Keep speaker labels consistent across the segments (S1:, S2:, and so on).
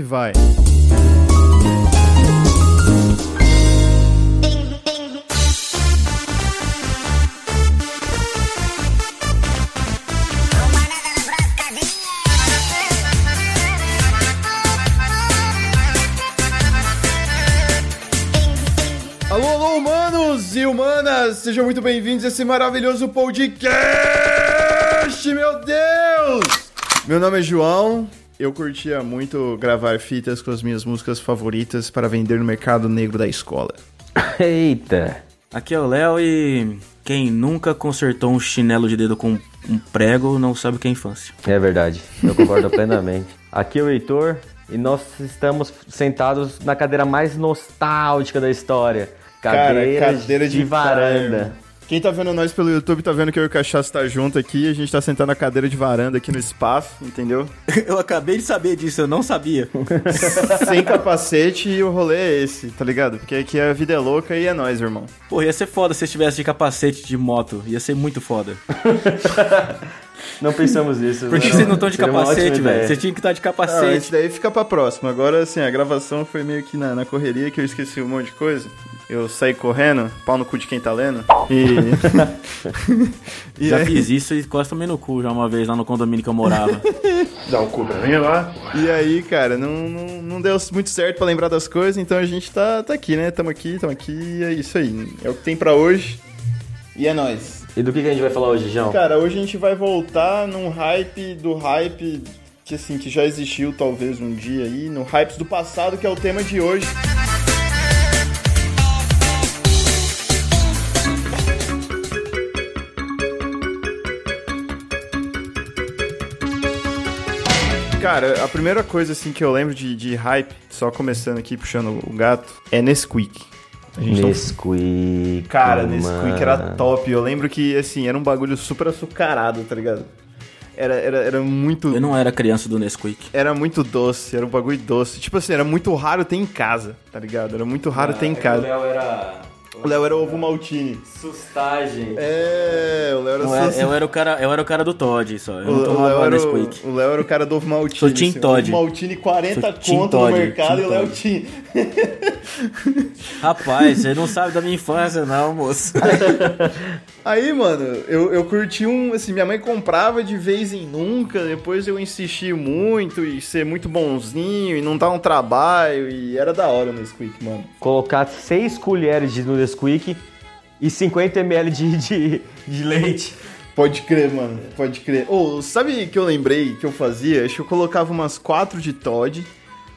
S1: vai. Alô, alô, humanos e humanas, sejam muito bem-vindos a esse maravilhoso podcast, meu Deus! Meu nome é João, eu curtia muito gravar fitas com as minhas músicas favoritas para vender no mercado negro da escola.
S2: Eita!
S3: Aqui é o Léo e quem nunca consertou um chinelo de dedo com um prego não sabe o que é infância.
S2: É verdade, eu concordo plenamente. Aqui é o Heitor e nós estamos sentados na cadeira mais nostálgica da história. Cadeira, de, varanda.
S1: Quem tá vendo nós pelo YouTube tá vendo que eu e o Cachaça tá junto aqui, a gente tá sentado na cadeira de varanda aqui no espaço, entendeu?
S3: Eu acabei de saber disso, eu não sabia.
S1: Sem capacete e o rolê é esse, tá ligado? Porque aqui a vida é louca e é nós, irmão.
S3: Pô, ia ser foda se eu estivesse de capacete de moto, ia ser muito foda.
S2: Não pensamos nisso.
S3: Por que
S2: não.
S3: vocês não estão de
S2: Seria uma
S3: capacete,
S2: ótima
S3: velho?
S2: ideia.
S3: Vocês tinham que estar de
S1: Ah, isso
S3: capacete.
S1: daí fica pra próxima. Agora, assim, a gravação foi meio que na, na correria, que eu esqueci um monte de coisa. Eu saí correndo, pau no cu de quem tá lendo. E. e
S3: Já
S1: aí-
S3: fiz isso e quase tomei no cu já uma vez lá no condomínio que eu morava.
S1: E aí, cara, não, não, não deu muito certo pra lembrar das coisas, então a gente tá, tá aqui, né? Tamo aqui, tamo aqui, e é isso aí. É o que tem pra hoje. E é nóis.
S2: E do que que a gente vai falar hoje, João?
S1: Cara, hoje a gente vai voltar num hype do hype que assim, que já existiu talvez um dia aí, no hypes do passado, que é o tema de hoje. Cara, a primeira coisa assim que eu lembro de, de hype, só começando aqui puxando o gato, é Nesquik. A gente não
S2: Nesquik.
S1: Cara,
S2: mano.
S1: nesse Quick era top. Eu lembro que, assim, era um bagulho super açucarado, tá ligado? Era, era, era muito.
S3: Eu não era criança do Nesquik.
S1: Era muito doce, era um bagulho doce. Tipo assim, era muito raro ter em casa, tá ligado? Era muito raro
S3: Ah,
S1: ter em
S2: O
S3: é,
S1: casa.
S2: Léo era.
S1: O Léo era ovo maltine.
S2: Sustagem.
S1: É, o Léo era
S3: Eu
S1: só-
S3: era, eu era o cara, eu era o cara do Todd, só.
S1: O
S3: Eu não
S1: o Léo era
S3: tomava
S1: o-
S3: Nesquik.
S1: o Léo era o cara do ovo maltine. assim, um
S3: Sou Tim Todd.
S1: Ovo maltine 40
S3: Sou Tim
S1: conto no
S3: Todd,
S1: mercado
S3: Tim
S1: e o Léo
S3: Todd.
S1: tinha.
S3: Rapaz, você não sabe da minha infância, não, moço.
S1: Aí, mano, eu, eu curti um. Assim, minha mãe comprava de vez em nunca, depois eu insisti muito e ser muito bonzinho e não dar um trabalho, e era da hora o Nesquik, mano.
S2: Colocar 6 colheres de no Nesquik e 50 ml de, de, de leite.
S1: Pode crer, mano, pode crer. Ô, sabe que eu lembrei que eu fazia? Acho que eu colocava umas quatro de Todd,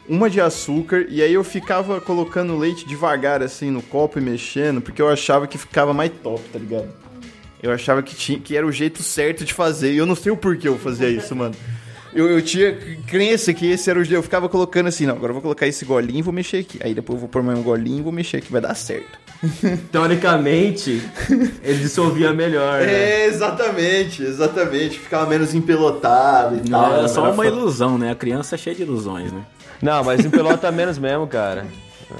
S1: uma de açúcar, e aí eu ficava colocando leite devagar, assim, no copo e mexendo, porque eu achava que ficava mais top, tá ligado? Eu achava que, tinha, que era o jeito certo de fazer, e eu não sei o porquê eu fazia isso, mano. Eu, eu tinha c- crença que esse era o jeito. Eu ficava colocando assim, não, agora eu vou colocar esse golinho e vou mexer aqui. Aí depois eu vou pôr mais um golinho e vou mexer aqui, vai dar certo.
S2: Teoricamente, ele dissolvia melhor. né?
S1: É, exatamente, exatamente. Ficava menos empelotado e
S3: Não,
S1: tal.
S3: era só
S1: Era
S3: uma
S1: foda.
S3: ilusão, né? A criança é cheia de ilusões, né?
S2: Não, mas em pelota menos mesmo, cara.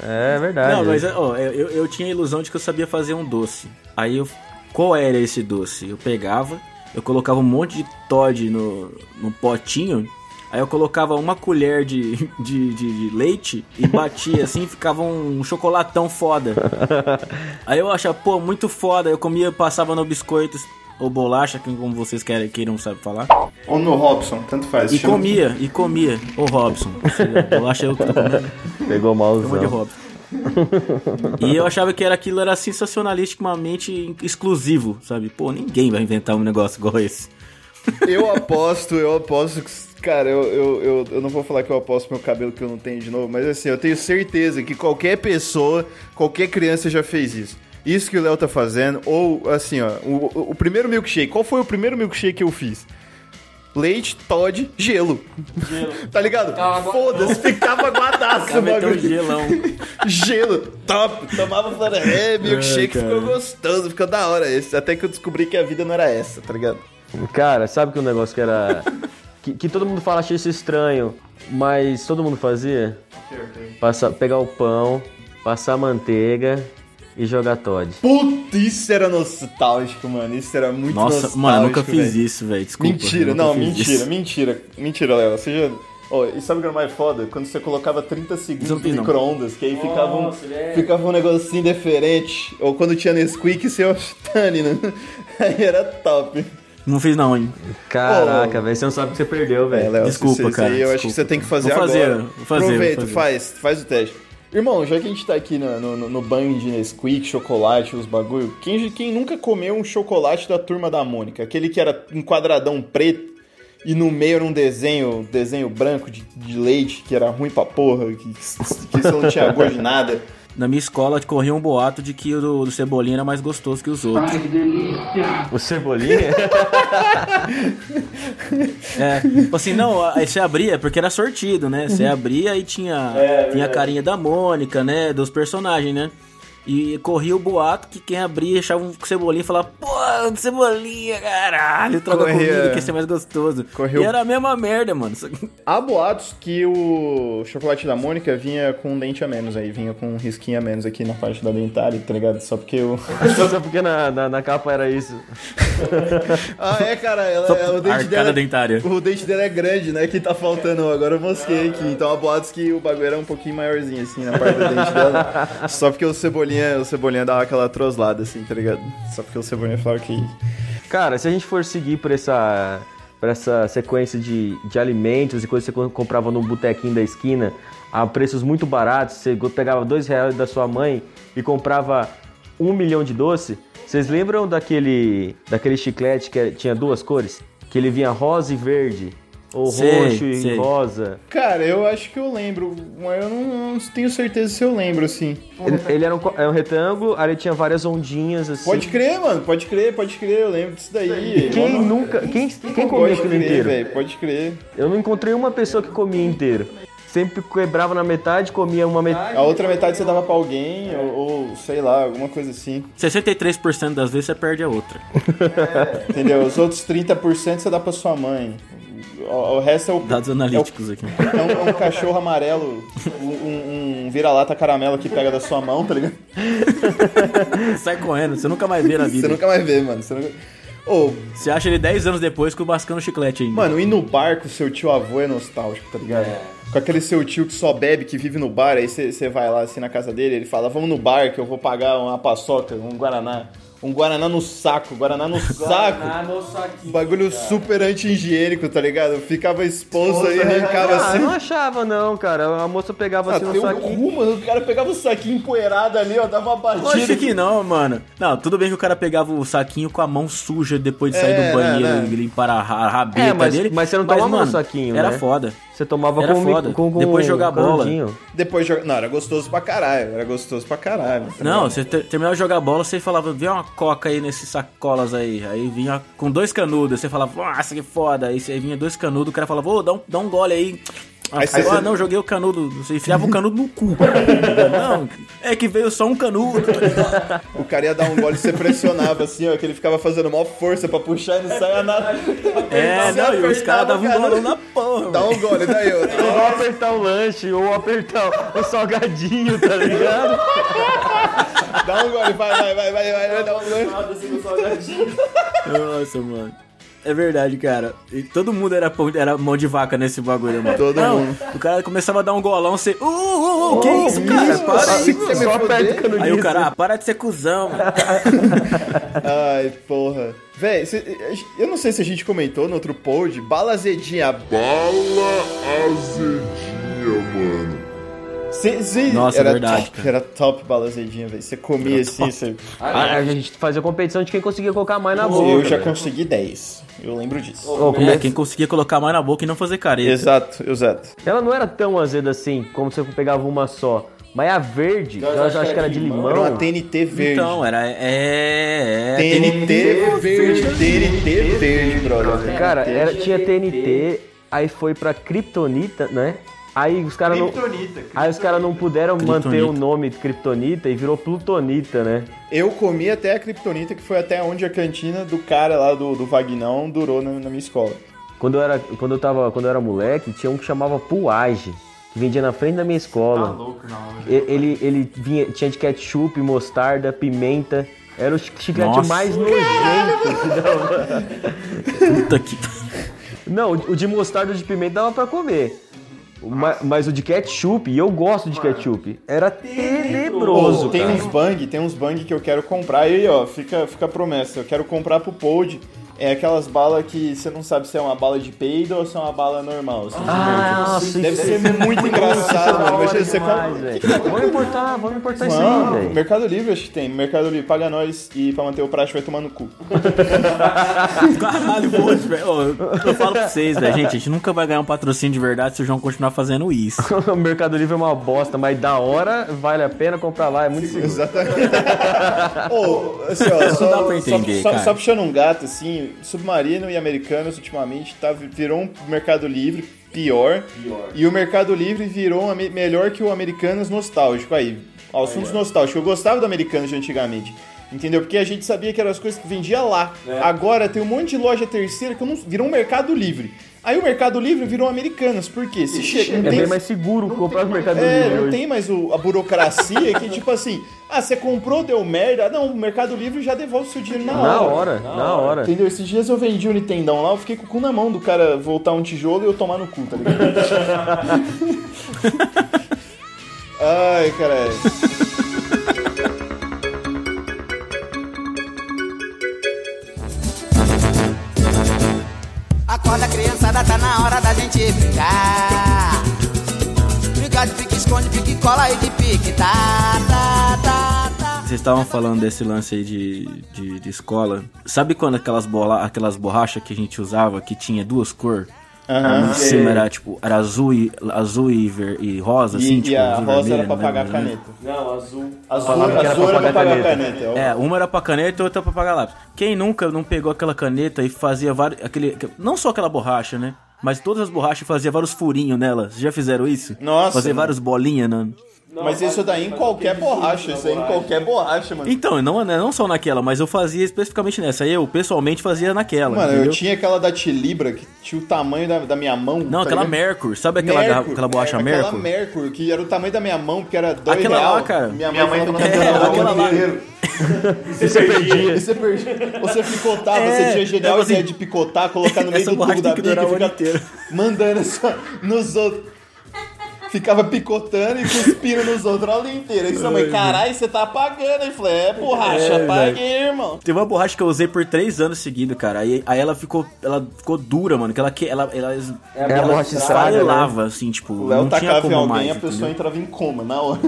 S2: É verdade.
S3: Não, mas ó, eu, eu- eu tinha a ilusão de que eu sabia fazer um doce. Aí eu. Qual era esse doce? Eu pegava, eu colocava um monte de Todd no, no potinho, aí eu colocava uma colher de, de, de- de leite e batia assim, ficava um chocolatão foda. Aí eu achava, pô, muito foda. Eu comia, passava no biscoitos ou bolacha, que como vocês querem, queiram sabe falar.
S1: Ou no Robson, tanto faz.
S3: E
S1: chama-
S3: comia, e comia. Ô Robson, bolacha é eu que tô comendo.
S2: Pegou
S3: Chama de
S2: malzão.
S3: Robson. e eu achava que era aquilo era sensacionalisticamente exclusivo, sabe? Pô, ninguém vai inventar um negócio igual esse.
S1: Eu aposto, eu aposto que. Cara, eu, eu, eu, eu não vou falar que eu aposto meu cabelo que eu não tenho de novo, mas assim, eu tenho certeza que qualquer pessoa, qualquer criança já fez isso. Isso que o Léo tá fazendo, ou assim, ó, o, o- o primeiro milkshake. Qual foi o primeiro milkshake que eu fiz? Leite, Todd, gelo. tá ligado? Foda-se, ficava guadaço o
S3: Meteu um
S1: bagulho.
S3: gelão.
S1: Gelo, top, tomava flora, é, milkshake, ficou gostoso, ficou da hora esse. Até que eu descobri que a vida não era essa, tá ligado?
S2: Cara, sabe que um negócio que era. que, que todo mundo fala, achei isso estranho, mas todo mundo fazia? Passar, pegar o pão, passar manteiga e jogar Todd.
S1: Puta, isso era nostálgico, mano. Isso era muito
S3: Nossa,
S1: nostálgico.
S3: mano, eu nunca fiz
S1: velho.
S3: isso, velho. Desculpa.
S1: Mentira,
S3: eu nunca
S1: não,
S3: fiz
S1: mentira,
S3: isso.
S1: mentira, mentira, Léo. Você já, Ó, e sabe o que era mais foda? Quando você colocava 30 segundos no
S3: Zumbi, não.
S1: micro-ondas, que aí ficava, um,
S2: Nossa, velho.
S1: ficava um negócio assim diferente. Ou quando tinha Nesquik, você, ó, Tani, né? Aí era top.
S3: Não fiz não, hein?
S2: Caraca, velho, você não sabe o que você perdeu,
S1: É,
S2: velho.
S1: Léo,
S3: Desculpa,
S1: se- se- isso
S3: cara,
S1: aí eu acho que
S3: desculpa.
S1: você tem que fazer
S3: Vou fazer,
S1: agora.
S3: vou fazer, vou
S1: Aproveita,
S3: fazer.
S1: faz, faz o teste. Irmão, já que a gente tá aqui no, no, no banho de Nesquik, chocolate, os bagulho, quem, quem nunca comeu um chocolate da Turma da Mônica? Aquele que era um quadradão preto e no meio era um desenho desenho branco de, de leite, que era ruim pra porra, que, que isso não tinha gosto de nada.
S3: Na minha escola corria um boato de que o do, do Cebolinha era mais gostoso que os outros.
S2: O Cebolinha?
S3: É, tipo assim, não, aí você abria, porque era sortido, né?
S1: Uhum.
S3: Você abria e tinha,
S1: É,
S3: tinha a carinha da Mônica, né? Dos personagens, né? E corria o boato que quem abria achava um cebolinha e falava, pô, cebolinha, caralho, troca
S1: Corria-
S3: comigo que esse é mais gostoso.
S1: Correu-
S3: E era a mesma merda, mano. Só que-
S1: Há boatos que o chocolate da Mônica vinha com um dente a menos aí, vinha com um risquinho a menos aqui na parte da dentária, tá ligado? Só porque o...
S2: Só porque na, na, na capa era isso.
S1: Ah, é, cara, ela,
S3: Só-
S1: é, o dente
S3: arcada
S1: dela,
S3: dentária.
S1: O dente dela é grande, né? Que tá faltando, agora eu mosquei aqui. Então há boatos que o bagulho era um pouquinho maiorzinho, assim, na parte do dente dela. Só porque o Cebolinha, o Cebolinha dava aquela troslada, assim, tá ligado? Só porque o Cebolinha falava que...
S2: Cara, se a gente for seguir por essa, por essa sequência de, de alimentos e coisas que você comprava num botequinho da esquina a preços muito baratos, você go- pegava dois reais da sua mãe e comprava um milhão de doce, vocês lembram daquele, daquele chiclete que é- tinha duas cores? Que ele vinha rosa e verde, ou
S3: Sei,
S2: roxo e
S3: sei.
S2: rosa.
S1: Cara, eu acho que eu lembro, mas eu não, não tenho certeza se eu lembro, assim.
S2: Ele, ele era um, co- era um retângulo, aí ele tinha várias ondinhas assim.
S1: Pode crer, mano, pode crer, pode crer, eu lembro disso daí.
S2: Quem
S1: Mano,
S2: nunca. Quem, quem comeu
S1: Pode
S2: aquilo
S1: crer,
S2: inteiro?
S1: velho, pode crer.
S2: Eu não encontrei uma pessoa que comia inteiro. Sempre quebrava na metade, comia uma metade.
S1: A outra metade você dava pra alguém, ou- ou sei lá, alguma coisa assim.
S3: 63% das vezes você perde a outra.
S1: Entendeu? Os outros 30% você dá pra sua mãe. O, o resto é o,
S3: Dados analíticos aqui.
S1: é um, é um cachorro amarelo, um, um- um vira-lata caramelo que pega da sua mão, tá ligado?
S3: Sai correndo, você nunca mais vê na
S1: Você
S3: vida.
S1: nunca mais vê, mano. Você nunca... Ô,
S3: Você acha ele 10 anos depois com o bascando chiclete ainda.
S1: mano, ir no bar com seu tio avô é nostálgico, tá ligado? Com aquele seu tio que só bebe, que vive no bar, aí você você vai lá assim na casa dele, ele fala, vamos no bar que eu vou pagar uma paçoca, um guaraná. Um guaraná no saco, guaraná no saco. Um Bagulho super anti-higiênico, tá ligado? Ficava exposto aí, arrancava
S2: Ah, eu
S1: assim.
S2: não achava não, cara. A moça pegava
S1: Ah,
S2: assim no
S1: tem um
S2: saquinho.
S1: rumo, mano, o cara pegava o saquinho empoeirado ali, ó, dava uma batida.
S3: Lógico que não, mano. Não, tudo bem que o cara pegava o saquinho com a mão suja depois de sair
S1: É,
S3: do banheiro
S1: né, né.
S3: e limpar a ra- a rabeta
S2: É, mas-
S3: dele.
S2: mas você não tomava no saquinho,
S3: Era
S2: né?
S3: foda.
S2: Você tomava
S3: Era
S2: com, o mi-
S3: foda.
S2: com, com
S3: Depois
S2: um
S3: jogar bola.
S2: canudinho.
S1: Depois joga... Não, era gostoso pra caralho, era gostoso pra caralho. tá
S3: Não,
S1: ligado?
S3: você ter- terminava de jogar bola, você falava, vê uma coca aí nesses sacolas aí. Aí vinha com dois canudos, você falava, nossa, que foda. Aí você vinha dois canudos, o cara falava, ô, dá, um, dá um gole aí. Ah,
S1: Aí
S3: aí
S1: você-
S3: eu, ah, não, joguei o canudo. Você enfiava o canudo no cu. não, é que veio só um canudo.
S1: O cara ia dar um gole e você pressionava assim, ó, que ele ficava fazendo maior força pra puxar e não saia nada.
S3: É,
S1: Você
S3: não, e os caras
S1: apertava,
S3: davam um
S1: cara.
S3: golão na porra.
S1: Dá um gole, daí eu.
S2: Ou apertar o lanche, ou apertar o salgadinho, tá ligado?
S1: Dá um gole, vai, vai, vai, vai, vai, vai, dá um gole.
S3: Nossa, mano. É verdade, cara. E todo mundo era, pão- era mão de vaca nesse bagulho, mano.
S1: Todo
S3: Não,
S1: mundo. Oh,
S3: O cara começava a dar um golão, você. Uh, uh, uh, que isso, cara?
S1: isso,
S3: para aí.
S1: você quer me
S2: Só aperta
S1: foder?
S2: o canudinho.
S3: Aí o cara, ah, para de ser cuzão. mano.
S1: Ai, porra. Véi, cê- eu não sei se a gente comentou no outro pod, bala azedinha.
S4: Bala azedinha, mano.
S1: Cê, cê-
S3: Nossa, é
S1: era
S3: verdade,
S1: top, era top bala azedinha, velho. Você comia assim, você...
S3: Ah,
S2: A, a gente fazia competição de quem conseguia colocar mais na boca.
S1: Eu já
S2: velho.
S1: consegui 10. Eu lembro disso.
S2: Ô, como é
S3: É,
S2: que-
S3: quem conseguia colocar mais na boca e não fazer careta.
S1: Exato, exato.
S2: Ela não era tão azeda assim, como se eu pegava uma só. Mas a verde, eu acho, que era de limão.
S1: Era uma TNT verde.
S3: Então, era. É. é
S1: TNT, verde, TNT verde, brother.
S2: É, Cara,
S1: TNT.
S2: era, tinha TNT, aí foi pra Kryptonita, né? Aí os caras não. Aí os caras não puderam manter o nome de Kryptonita e virou Plutonita, né?
S1: Eu comi até a Kryptonita, que foi até onde a cantina do cara lá do, do Vagnão durou na, na minha escola.
S2: Quando eu era, quando eu tava, quando eu era moleque, tinha um que chamava Puage, que vendia na frente da minha escola. E- ele ele vinha, tinha de ketchup, mostarda, pimenta. Era o chi- chiclete
S3: Nossa.
S2: mais nojento.
S3: Puta que.
S2: Não, o de mostarda e de pimenta dava pra comer. Ma- Mas o de ketchup, e eu gosto de ketchup, era tenebroso,
S1: tem
S2: cara.
S1: uns bang, tem uns bang que eu quero comprar. E aí, ó, fica, fica a promessa. Eu quero comprar pro Pold. É aquelas balas que você não sabe se é uma bala de peido ou se é uma bala normal. assim,
S2: Ah,
S1: tipo,
S2: nossa,
S1: deve
S2: isso
S1: ser muito engraçado, mano. Imagina, Você
S2: é demais,
S1: compra.
S2: velho. Vamos importar, vamos importar isso
S1: Mano,
S2: aí, velho.
S1: Mercado Livre acho que tem. Mercado Livre paga nós e pra manter o praxe vai tomar no cu.
S3: Caralho, putz, velho. Ó, Eu, eu falo pra vocês, velho. Gente, a gente nunca vai ganhar um patrocínio de verdade se o João continuar fazendo isso.
S2: O Mercado Livre é uma bosta, mas da hora vale a pena comprar lá, é muito seguro.
S1: Exatamente. Ô, assim, ó,
S3: Não
S1: só,
S3: dá pra entender,
S1: só, só-
S3: cara.
S1: só puxando um gato, assim, Submarino e Americanos ultimamente tá, virou um Mercado Livre pior, E o Mercado Livre virou um ame- melhor que o Americanos nostálgico. Aí, aos fundos nostálgico. Eu gostava do Americanos de antigamente. Entendeu? Porque a gente sabia que eram as coisas que vendia lá. Agora tem um monte de loja terceira que eu não- virou um Mercado Livre. Aí o Mercado Livre virou Americanas. Por quê? Se chega, não
S2: É bem
S1: tem
S2: mais seguro comprar no Mercado
S1: é,
S2: Livre
S1: não
S2: hoje.
S1: tem mais o- a burocracia que, tipo assim, ah, você comprou, deu merda. Não, o Mercado Livre já devolve o seu dinheiro na hora.
S2: Na hora, na
S3: né?
S2: hora.
S1: Entendeu? Esses dias eu vendi um Nintendão lá, eu fiquei com o cu na mão do cara voltar um tijolo e eu tomar no cu, tá ligado? Ai, é. caralho.
S5: Acorda, criançada, tá na hora da gente brincar. Brincar de pique, esconde, pique, cola e de pique, tá, tá, tá, tá.
S3: Vocês estavam falando desse lance aí de, de, de escola. Sabe quando aquelas, bola, aquelas borrachas que a gente usava que tinha duas cores?
S1: Aham.
S3: Em cima era tipo, era azul e, azul e, ver- e rosa, assim,
S1: E,
S3: tipo,
S1: e a
S3: azul e
S1: rosa
S3: vermelho,
S1: era pra
S3: né,
S1: pagar a
S3: né?
S1: caneta.
S6: Não, azul.
S1: Azul,
S2: Falava que era
S1: azul
S2: pra
S1: era pra
S2: pagar
S1: pagar a
S2: caneta.
S1: caneta. ó.
S3: É, uma era pra caneta e outra pra pagar lápis. Quem nunca não pegou aquela caneta e fazia vários. Aquele, não só aquela borracha, né? Mas todas as borrachas fazia vários furinhos nela. Vocês já fizeram isso?
S1: Nossa,
S3: Fazer
S1: mano.
S3: várias bolinhas, né?
S1: Mas isso daí em qualquer borracha, isso aí em qualquer borracha, mano.
S3: Então, não, né, não só naquela, mas eu fazia especificamente nessa. Eu, pessoalmente, fazia naquela.
S1: Mano, eu
S3: entendeu?
S1: tinha aquela da Tilibra que tinha o tamanho da, da minha mão.
S3: Não,
S1: tá
S3: aquela
S1: ligado?
S3: Mercury. Sabe aquela, garra- aquela borracha
S1: Mercury?
S3: Mercury?
S1: É, Aquela Mercury, que era o tamanho da minha mão, porque era dois
S3: Aquela
S1: real.
S3: lá, cara.
S1: Minha, mãe falava
S3: É,
S1: pra mim,
S3: aquela lá.
S6: Você perdia.
S1: "Não, Você, perdi- você picotava,
S3: É,
S1: você tinha genial
S3: é,
S1: ideia
S3: assim,
S1: de picotar, colocar no meio
S3: essa
S1: do tubo
S3: borracha
S1: da
S3: tem que
S1: bica
S3: durar
S1: e
S3: o ano
S1: ficar
S3: inteiro.
S1: mandando só nos outros. Ficava picotando e cuspindo nos outros a aula inteira. Aí sua mãe, caralho, você tá apagando. Aí eu falei, é borracha,
S3: É,
S1: apaguei, irmão.
S3: Teve uma borracha que eu usei por três anos seguido, cara. Aí, aí ela ficou. Ela ficou dura, mano. Que ela que ela, ela,
S2: É a
S3: ela
S2: borracha estrada, né?
S3: esfarelava, assim, tipo,
S1: O Léo
S3: não tinha
S1: tacava em
S3: como
S1: alguém,
S3: mais.
S1: a pessoa
S3: entendeu?
S1: entrava em coma na hora.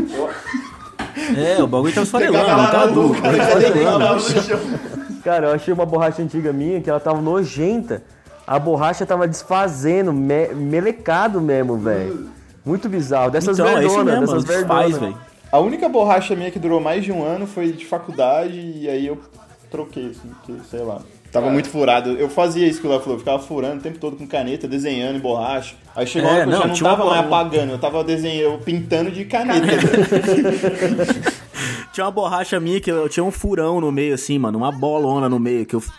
S3: É, o bagulho tava esfarelando,
S1: Pegava
S3: não tá né?
S1: na
S3: tava
S1: mão,
S3: duro.
S1: o cara já deitava no chão.
S2: Cara, eu achei uma borracha antiga minha que ela tava nojenta. A borracha tava desfazendo, me- melecado mesmo, velho. Muito bizarro. Dessas
S3: Então, é isso
S2: verdonas,
S3: mesmo, mano.
S2: dessas verdonas.
S3: Faz, velho.
S1: A única borracha minha que durou mais de um ano foi de faculdade e aí eu troquei, assim, porque, sei lá. Tava muito furado. Eu fazia isso que o Léo falou, eu ficava furando o tempo todo com caneta, desenhando em borracha. Aí chegou
S3: É,
S1: uma hora que eu
S3: não,
S1: já não
S3: tinha uma
S1: tava mais
S3: bo-
S1: apagando, eu tava desenhando, eu pintando de caneta.
S3: Tinha uma borracha minha que eu tinha um furão no meio, assim, mano. Uma bolona no meio, que eu f-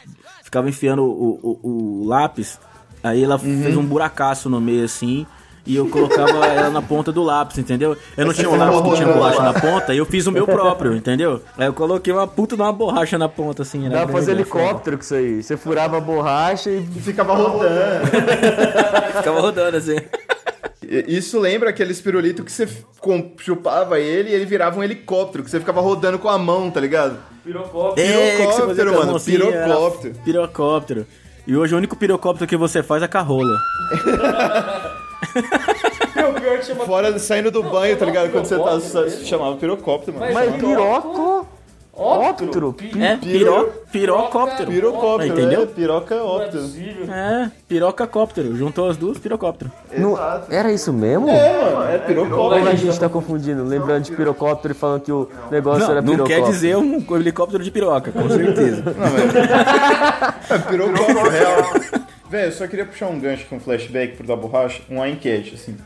S3: ficava enfiando o, o- o lápis. Aí ela fez um buracaço no meio, assim. E eu colocava ela na ponta do lápis, entendeu? Eu não tinha um lápis que tinha borracha na ponta, e eu fiz o meu próprio, entendeu? Aí eu coloquei uma puta de uma borracha na ponta, assim. né?
S2: Dá pra fazer
S3: Foi-
S2: helicóptero com isso aí. Você furava a borracha e.
S1: Ficava rodando.
S3: Ficava rodando, assim.
S1: Isso lembra aquele espirulito que você com- chupava ele e ele virava um helicóptero, que você ficava rodando com a mão, tá ligado?
S6: Pirocópio.
S3: É, que você fazia com a
S1: mano,
S3: mão assim,
S1: pirocóptero.
S3: era Pirocóptero. E hoje o único pirocóptero que você faz é com a rola.
S6: Meu pior que chama.
S1: Fora, saindo do banho, tá ligado? Quando você tá, chamava pirocóptero, mano.
S2: Mas piroco.
S6: Óptero.
S2: Óptero.
S3: É, piro, pirocóptero.
S1: Pirocóptero,
S3: Entendeu?
S1: é, piroca é
S6: Não é
S1: óptero.
S6: possível.
S3: É, piroca cóptero. Juntou as duas, pirocóptero.
S2: Não- Era isso mesmo?
S1: É, mano, é pirocóptero.
S2: Ou a gente tá confundindo? Lembrando de pirocóptero e falando que o negócio era
S3: não
S2: pirocóptero.
S3: quer dizer um helicóptero de piroca, com certeza.
S1: Pirou copo real. Velho, eu só queria puxar um gancho com um flashback pro da borracha, uma enquete, assim.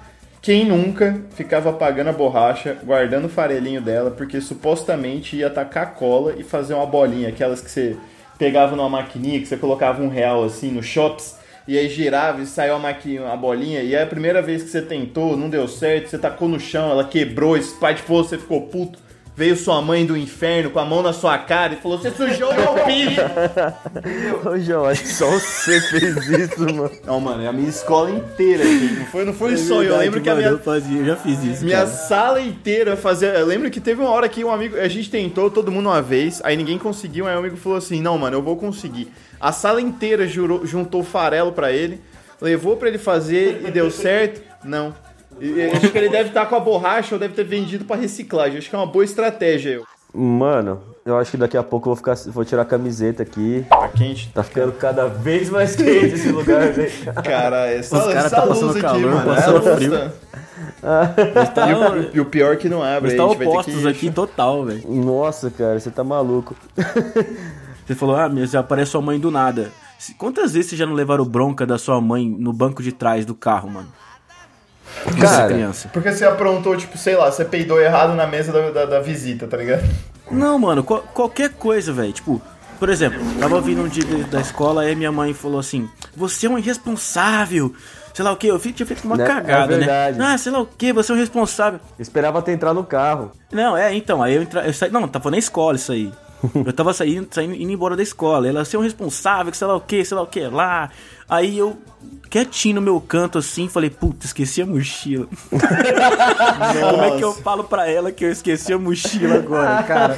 S1: Quem nunca ficava apagando a borracha, guardando o farelinho dela, porque supostamente ia tacar cola e fazer uma bolinha, aquelas que você pegava numa maquininha, que você colocava um real assim no shops, e aí girava e saiu a maquininha, a bolinha, e aí a primeira vez que você tentou, não deu certo, você tacou no chão, ela quebrou, espatifou, você ficou puto. veio sua mãe do inferno com a mão na sua cara e falou: Você sujou meu filho!
S2: Ô, João, acho que só você fez isso, mano.
S1: Não, mano, é a minha escola inteira, gente. Não foi, não foi só eu. Eu
S3: Verdade,
S1: lembro que a
S3: mano,
S1: minha
S3: eu, fazia, eu já fiz isso.
S1: Minha
S3: cara.
S1: sala inteira fazia. Eu lembro que teve uma hora que um amigo. A gente tentou todo mundo uma vez, aí ninguém conseguiu, aí o amigo falou assim: Não, mano, eu vou conseguir. A sala inteira jurou- juntou farelo pra ele, levou pra ele fazer e deu certo? Não. E- e acho que ele deve estar com a borracha ou deve ter vendido pra reciclagem. Acho que é uma boa estratégia. Eu.
S2: Mano, eu acho que daqui a pouco eu vou, ficar, vou tirar a camiseta aqui.
S1: Tá quente.
S2: Tá ficando cada vez mais quente esse lugar, velho.
S1: Cara, essa,
S3: Os cara
S1: essa
S3: tá
S1: luz
S3: passando
S1: aqui,
S3: calor,
S1: mano.
S3: passando
S1: ela não
S3: frio.
S1: está-
S3: Tá, mano,
S1: E o pior é que não abre,
S3: Mas
S1: aí,
S3: tá
S1: a gente vai ter
S3: opostos
S1: que-
S3: aqui total, velho.
S2: Nossa, cara, você tá maluco.
S3: Você falou, ah, mas aparece sua mãe do nada. Se- Quantas vezes vocês já não levaram bronca da sua mãe no banco de trás do carro, mano? Quando você
S2: Cara.
S3: é criança.
S1: Porque você aprontou, tipo, sei lá, você peidou errado na mesa da- da- da visita, tá ligado?
S3: Não, mano, qual- qualquer coisa, velho. Tipo, por exemplo, tava ouvindo um dia de- da escola aí minha mãe falou assim: Você é um irresponsável. Sei lá o que, eu fi- tinha feito uma
S2: Né? É
S3: cagada,
S2: verdade.
S3: né? Ah, sei lá o que, você é um responsável.
S2: Esperava até entrar no carro.
S3: Não, é, então, aí eu entra, eu saí, não, tava na escola isso aí. Eu tava saindo, saindo, indo embora da escola. Ela, você é um responsável, que sei lá o que, sei lá o que lá. Aí eu, quietinho no meu canto assim, falei, puta, esqueci a mochila. Como é que eu falo pra ela que eu esqueci a mochila agora, cara?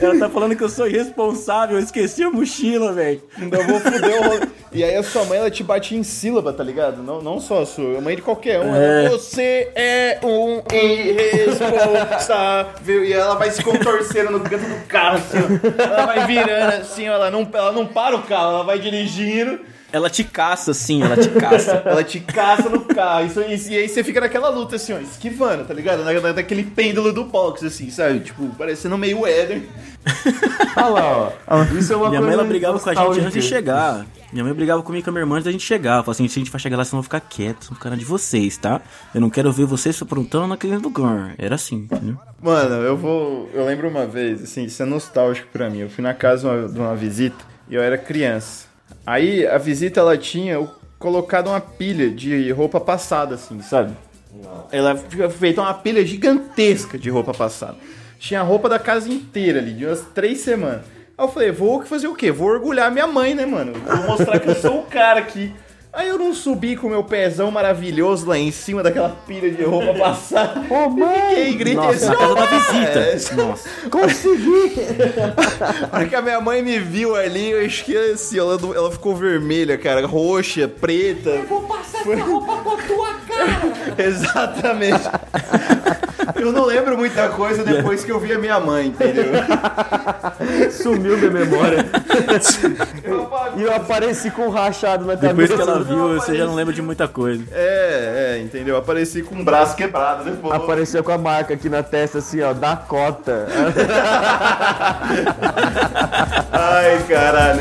S3: ela tá falando que eu sou irresponsável, eu esqueci a mochila, velho.
S1: Eu vou foder o rolê. E aí a sua mãe, ela te bate em sílaba, tá ligado? Não, não só a sua, a mãe de qualquer um. Ela, Você é um irresponsável. E ela vai se contorcendo no canto do carro, assim, ó. Ela vai virando, assim, ó, ela não, ela não para o carro, ela vai dirigindo.
S3: Ela te caça, sim, ela te caça.
S1: Ela te caça no carro. Isso, isso- e aí você fica naquela luta, assim, ó, esquivando, tá ligado? Na, na- naquele pêndulo do box, assim, sabe? Tipo, parecendo meio Éder.
S2: Olha lá, ó. Isso é uma
S3: Ah,
S2: coisa
S3: Minha mãe ela brigava com a gente antes de
S2: nostálgica.
S3: chegar. Minha mãe brigava comigo e com a minha irmã antes da gente chegar. Ela falava assim: se a gente vai chegar lá, vocês vão ficar quietos, vão ficar na de vocês, tá? Eu não quero ver vocês se aprontando naquele lugar. Era assim, entendeu?
S1: Mano, eu vou. Eu lembro uma vez, assim, isso é nostálgico pra mim. Eu fui na casa de uma, de uma visita e eu era criança. Aí a visita ela tinha o- colocado uma pilha de roupa passada, assim, sabe? Ela tinha feito uma pilha gigantesca de roupa passada. Tinha a roupa da casa inteira ali, de umas três semanas. Aí eu falei, vou fazer o quê? Vou orgulhar minha mãe, né, mano? Vou mostrar que eu sou o cara aqui. Aí eu não subi com o meu pezão maravilhoso lá em cima daquela pilha de roupa passada. Ô, mãe! Fiquei gritei
S3: Nossa, na
S1: "Ô,
S3: casa da
S1: mãe!"
S3: visita.
S1: É,
S3: Nossa.
S1: porque a minha mãe me viu ali, eu esqueci. Ela, não- ela ficou vermelha, cara, roxa, preta. Eu vou passar essa roupa com a tua cara. Exatamente. Eu não lembro muita coisa depois que eu vi a minha mãe, entendeu?
S2: Sumiu minha memória. e eu apareci com um rachado na cabeça.
S3: Depois que ela viu, você já não lembra de muita coisa.
S1: É, é, entendeu? Apareci com o braço quebrado depois.
S2: Apareceu com a marca aqui na testa, assim, ó, Dakota.
S1: Ai, caralho.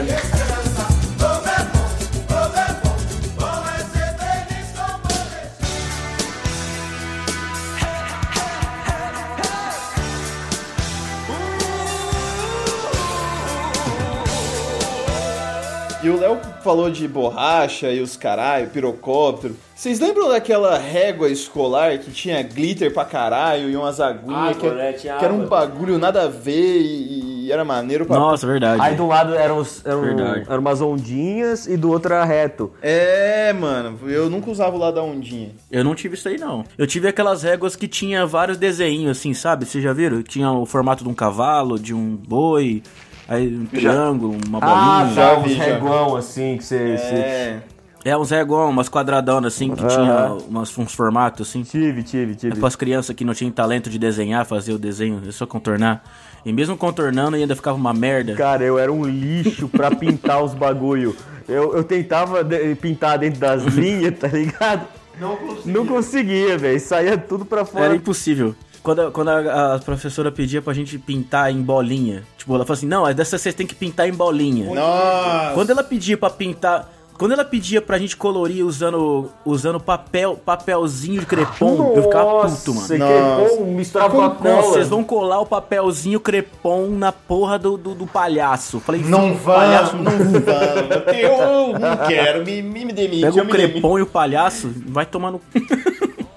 S1: E o Léo falou de borracha e os caralho, pirocóptero. Vocês lembram daquela régua escolar que tinha glitter pra caralho e umas agulhas que,
S2: Água, né? Tinha
S1: que era um
S2: água.
S1: bagulho nada a ver e, e era maneiro pra
S3: Nossa, verdade.
S2: Aí do lado eram, os- eram,
S3: Verdade.
S2: eram umas ondinhas e do outro era reto.
S1: É, mano, eu nunca usava o lado da ondinha.
S3: Eu não tive isso aí, não. Eu tive aquelas réguas que tinha vários desenhos, assim, sabe? Vocês já viram? Tinha o formato de um cavalo, de um boi, aí um triângulo, uma bolinha.
S1: já
S2: Ah, tá, uns
S1: vi, já vi.
S2: regão, assim, que você... você-
S3: É, uns regão, umas quadradonas, assim, que tinha umas, uns formatos, assim.
S2: Tive, tive,
S3: É
S2: tive.
S3: para as crianças que não tinham talento de desenhar, fazer o desenho, é só contornar. E mesmo contornando, ainda ficava uma merda.
S2: Cara, eu era um lixo pra pintar os bagulho. Eu, eu tentava de- pintar dentro das linhas, tá ligado?
S1: Não consegui.
S2: Não conseguia, velho. Saía tudo pra
S3: Era
S2: fora.
S3: impossível. Quando, a, quando a, a professora pedia pra gente pintar em bolinha, tipo, ela falou assim: não, é dessa vocês tem que pintar em bolinha.
S1: Nossa.
S3: Quando ela pedia pra pintar. Quando ela pedia pra gente colorir usando, usando papel, papelzinho de crepom, eu ficava puto, mano.
S2: Você
S1: Nossa.
S2: queimou, misturava com a
S3: Não,
S2: cola.
S3: vocês vão colar o papelzinho crepom na porra do, do, do palhaço. Falei,
S1: Não
S3: "Sim,
S1: vá, não vá. Eu não quero, me, me, me demite.
S3: Pega
S1: eu
S3: o
S1: me demito.
S3: crepom e o palhaço, vai tomar no.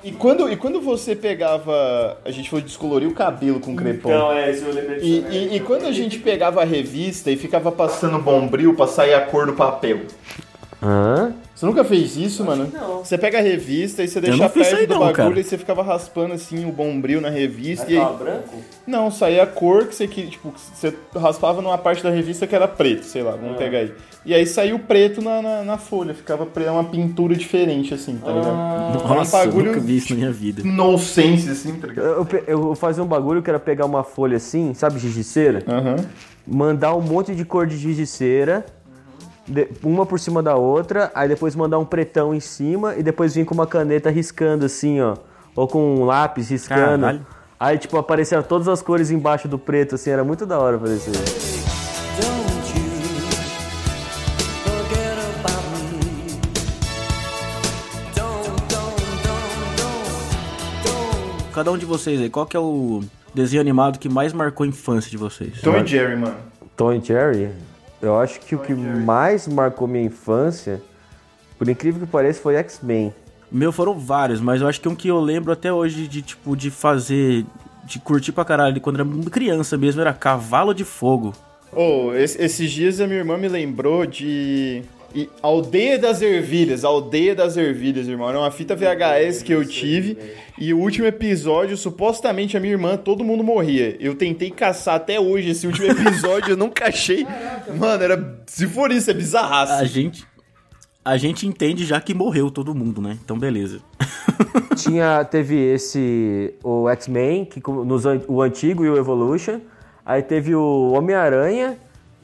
S1: E quando, e quando você pegava. A gente foi descolorir o cabelo com crepom.
S6: Então, é, isso eu lembrei
S1: E,
S6: disso também.
S1: e- e quando a gente pegava a revista e ficava passando bombril pra sair a cor do papel?
S2: Hã?
S1: Você nunca fez isso, mano?
S6: não.
S1: Você pega a revista e você deixa
S3: não fiz
S1: perto
S3: isso aí
S1: do
S3: não,
S1: bagulho
S3: cara.
S1: e você ficava raspando assim o bombril na revista.
S6: Mas
S1: E
S6: tava
S1: aí,
S6: branco?
S1: não, saía a cor que você queria. Tipo, que você raspava numa parte da revista que era preto, sei lá, vamos pegar aí. E aí saiu preto na, na, na folha, ficava pre- uma pintura diferente, assim, tá ligado?
S3: Nossa, eu
S1: bagulho-
S3: nunca vi isso na minha vida.
S1: Nonsense, assim, tá ligado?
S2: Eu, eu pe- eu fazia um bagulho que era pegar uma folha assim, sabe, giz de cera?
S1: Aham.
S2: Mandar um monte de cor de giz de cera, de- uma por cima da outra, aí depois mandar um pretão em cima e depois vir com uma caneta riscando assim, ó. Ou com um lápis riscando.
S3: Caralho.
S2: Aí, tipo, apareceram todas as cores embaixo do preto, assim, era muito da hora fazer isso. aí.
S5: Don't you forget about me. Don't, don't, don't, don't, don't.
S3: Cada um de vocês aí, qual que é o desenho animado que mais marcou a infância de vocês?
S1: Tom e Jerry, mano.
S2: Tom e Jerry, eu acho que o que mais marcou minha infância, por incrível que pareça, foi X-Men.
S3: Meu foram vários, mas eu acho que um que eu lembro até hoje de, tipo, de fazer... De curtir pra caralho, de quando era criança mesmo, era Cavalo de Fogo.
S1: Oh, es- esses dias a minha irmã me lembrou de. e- Aldeia das Ervilhas, Aldeia das Ervilhas, irmão. Era uma fita VHS que eu tive. E o último episódio, supostamente a minha irmã, todo mundo morria. Eu tentei caçar até hoje esse último episódio, eu nunca achei. Mano, era. Se for isso, é
S3: A
S1: bizarraço.
S3: gente... A gente entende já que morreu todo mundo, né? Então, beleza.
S2: Tinha, teve esse, o X-Men, que com- nos, an- o antigo e o Evolution. Aí teve o Homem-Aranha,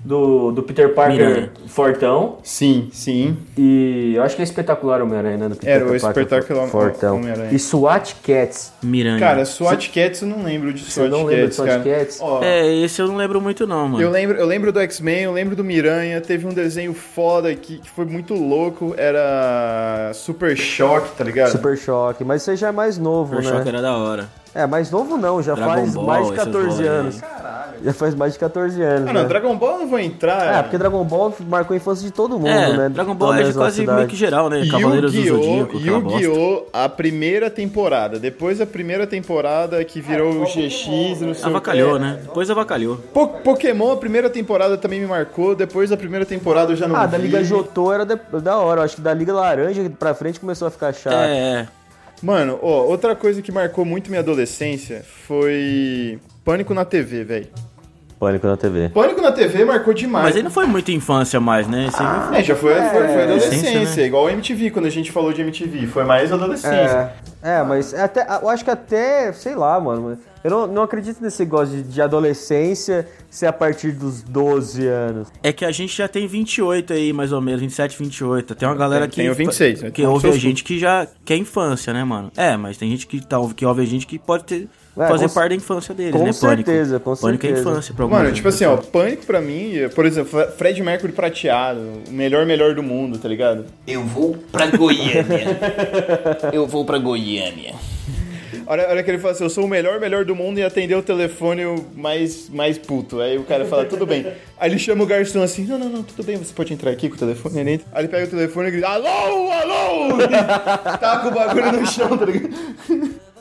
S2: do, do Peter Parker
S3: Miranha.
S2: fortão.
S1: Sim, sim.
S2: E eu acho que é espetacular o Homem-Aranha, né? Do Peter
S1: Era o
S2: Parker
S1: espetacular
S2: fortão.
S1: Homem-Aranha.
S2: E SWAT Cats.
S3: Miranha.
S1: Cara, é SWAT Cats eu não lembro de
S2: Você
S1: SWAT
S2: não lembra
S1: Cats,
S2: de SWAT
S1: cara.
S2: Cats?
S1: Ó,
S3: É, esse eu não lembro muito não, mano.
S1: Eu lembro, eu lembro do X-Men, eu lembro do Miranha, teve um desenho foda que, que foi muito louco, era Super Choque, tá ligado?
S2: Super Choque. Mas você já é mais novo,
S3: Super
S2: né?
S3: Choque era da hora.
S2: É, mais novo não, já
S3: Dragon
S2: faz
S3: Ball,
S2: mais de
S3: essas
S2: 14
S3: bolas aí.
S2: anos. Já faz mais de 14 anos.
S1: Ah, não,
S2: né?
S1: Dragon Ball eu não vou entrar.
S2: É, porque Dragon Ball marcou a infância de todo mundo,
S3: É,
S2: né?
S3: Dragon
S2: Pelo
S3: Ball é
S2: menos
S3: de
S2: na
S3: quase
S2: cidade.
S3: meio que geral,
S2: é
S3: né? Cavaleiros do Zodíaco,
S1: Yu-Gi-Oh!
S3: aquela bosta.
S1: Yu-Gi-Oh! A primeira temporada, depois a primeira temporada que virou o GX, não sei o
S3: Avacalhou,
S1: quê.
S3: né? Depois avacalhou.
S1: Po- Pokémon, a primeira temporada também me marcou, depois da primeira temporada eu já não
S2: Ah, da
S1: vi.
S2: Liga Jotô era de- da hora. Eu acho que da Liga Laranja pra frente começou a ficar chato.
S3: É, é.
S1: Mano, ó, outra coisa que marcou muito minha adolescência foi Pânico na TV, velho.
S2: Pânico na TV.
S1: Pânico na TV marcou demais.
S3: Mas aí não foi muito infância mais, né? Esse aí
S1: É, já foi, foi, foi adolescência,
S3: adolescência, né?
S1: igual o MTV, quando a gente falou de MTV, foi mais adolescência.
S2: É, mas até, eu acho que até, sei lá, mano. Eu não, não acredito nesse negócio de, de adolescência ser a partir dos 12 anos.
S3: É que a gente já tem 28 aí, mais ou menos, 27, 28. Tem uma galera
S1: Tem-
S3: que
S1: tenho 26, né?
S3: que
S1: Então,
S3: ouve
S1: seus
S3: a gente que já que é infância, né, mano? É, mas tem gente que tá que ouve a gente que pode ter
S2: É,
S3: fazer
S2: com-
S3: parte da infância deles,
S2: com
S3: né,
S2: certeza, com
S3: Pânico. Pânico é
S2: certeza.
S3: infância pra né? alguma
S1: Mano,
S3: gente.
S1: tipo assim, ó, Pânico pra mim, é, por exemplo, Fre- Fred Mercury prateado, o melhor, melhor do mundo, tá ligado?
S7: Eu vou pra Goiânia. Eu vou pra Goiânia.
S1: A hora, a hora que ele fala assim, eu sou o melhor, melhor do mundo e atender o telefone o mais, mais puto. Aí o cara fala, tudo bem. Aí ele chama o garçom assim, não, não, não, tudo bem, você pode entrar aqui com o telefone. Ele entra. Aí ele pega o telefone e grita, alô, alô! E Taca o bagulho no chão, tá ligado?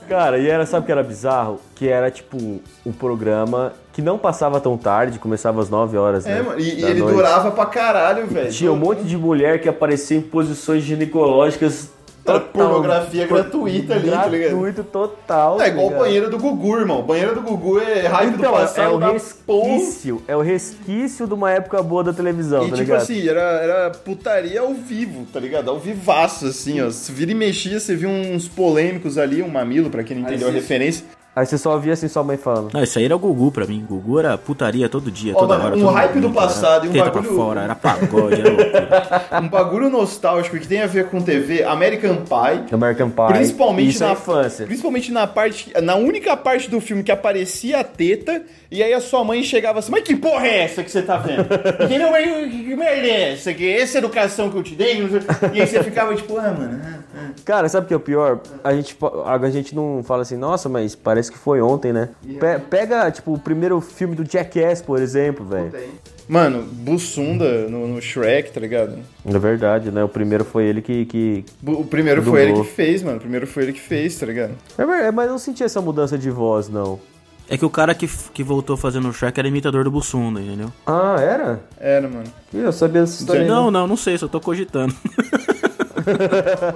S2: Cara, e era, sabe o que era bizarro? Que era, tipo, um programa que não passava tão tarde, começava às 9 horas, né?
S1: É, mano, e, e
S2: da
S1: ele
S2: noite.
S1: durava pra caralho, velho.
S2: Tinha um monte de mulher que aparecia em posições ginecológicas.
S1: Era
S2: total-
S1: pornografia gratuita ali, tá ligado?
S2: Gratuito total.
S1: É
S2: tá
S1: igual o
S2: ligado?
S1: banheiro do Gugu, irmão. Banheiro do Gugu é raio do
S2: Então, é, é
S1: passado
S2: o
S1: da porra.
S2: resquício, é o resquício de uma época boa da televisão,
S1: E
S2: tá
S1: tipo
S2: ligado?
S1: assim, era, era putaria ao vivo, tá ligado? Ao vivaço, assim, ó. Se vira e mexia, você viu uns polêmicos ali, um mamilo, pra quem não entendeu a referência.
S2: Aí você só via assim sua mãe falando.
S3: Não, isso aí era o Gugu pra mim. Gugu era putaria todo dia,
S1: Ó,
S3: toda
S1: mano,
S3: hora.
S1: um
S3: todo
S1: hype do
S3: momento,
S1: passado
S3: era
S1: e um
S3: teta
S1: bagulho-
S3: pra fora, era pagode, era loucura.
S1: Um bagulho nostálgico que tem a ver com TV, American Pie.
S2: American Pie.
S1: Principalmente
S2: Isso
S1: na
S2: é infância.
S1: Principalmente na parte, na única parte do filme que aparecia a teta, e aí a sua mãe chegava assim, mas que porra é essa que você tá vendo? que, não, é- que merda é essa? Que essa educação que eu te dei? Não sei- E aí você ficava tipo, ah, mano. ah, ah."
S2: Cara, sabe o que é o pior? A gente, fa- a gente não fala assim, nossa, mas parece que foi ontem, né? Pe- pega, tipo, o primeiro filme do Jackass, por exemplo, velho.
S1: Mano, Bussunda no, no Shrek, tá ligado?
S2: É verdade, né? O primeiro foi ele que. que...
S1: Bu- O primeiro
S2: Dublou.
S1: foi ele que fez, mano. O primeiro foi ele que fez, tá ligado?
S2: É, ver- é, mas eu não senti essa mudança de voz, não.
S3: É que o cara que, que voltou fazendo o Shrek era imitador do Bussunda, entendeu?
S2: Ah, era?
S1: Era, mano.
S2: Ih, eu sabia dessa história. aí,
S3: Não, não, não sei, só tô cogitando.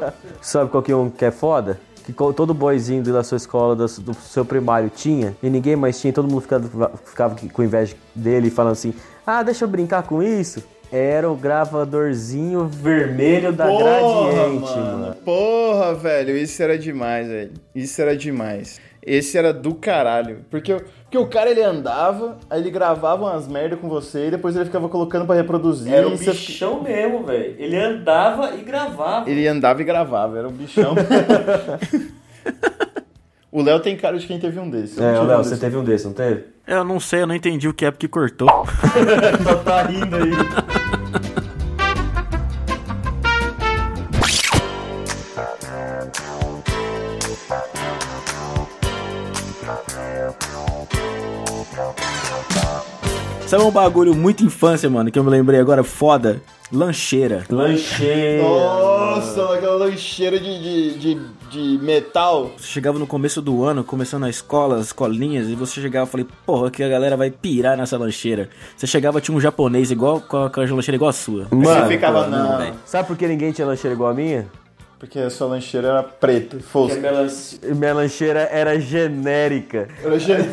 S2: Sabe qual que é um que é foda? Que co- todo boyzinho da sua escola, da su- do seu primário tinha, e ninguém mais tinha, e todo mundo ficava, ficava com inveja dele e falando assim, ah, deixa eu brincar com isso. Era o gravadorzinho vermelho da Gradiente, mano.
S1: Porra, velho, isso era demais, velho. Isso era demais. Esse era do caralho. Porque, porque o cara ele andava, aí ele gravava umas merda com você e depois ele ficava colocando pra reproduzir.
S6: Era um
S1: e você-
S6: bichão mesmo, velho. Ele andava e gravava.
S1: Ele andava e gravava, era um bichão. o Léo tem cara de quem teve um desses. Eu
S2: É,
S1: tive
S2: ô,
S1: um
S2: Léo,
S1: desses.
S2: você teve um desse, não teve?
S3: Eu não sei, eu não entendi o que é porque cortou.
S2: Só tá rindo aí.
S3: Sabe um bagulho muito infância, mano, que eu me lembrei agora? Foda. Lancheira.
S1: É,
S2: Lancheiro.
S1: Nossa, aquela lancheira de, de, de, de metal.
S3: Você chegava no começo do ano, começando a escola, as colinhas, e você chegava e falei, porra, que a galera vai pirar nessa lancheira. Você chegava, tinha um japonês igual com a, com a lancheira igual a sua.
S1: Mano,
S2: Mano,
S1: você ficava na.
S3: velho.
S2: Sabe por que ninguém tinha lancheira igual a minha?
S1: Porque a sua lancheira era preta,
S6: Que é
S1: fosca.
S6: melancia.
S2: Minha lancheira era genérica.
S1: Era gente-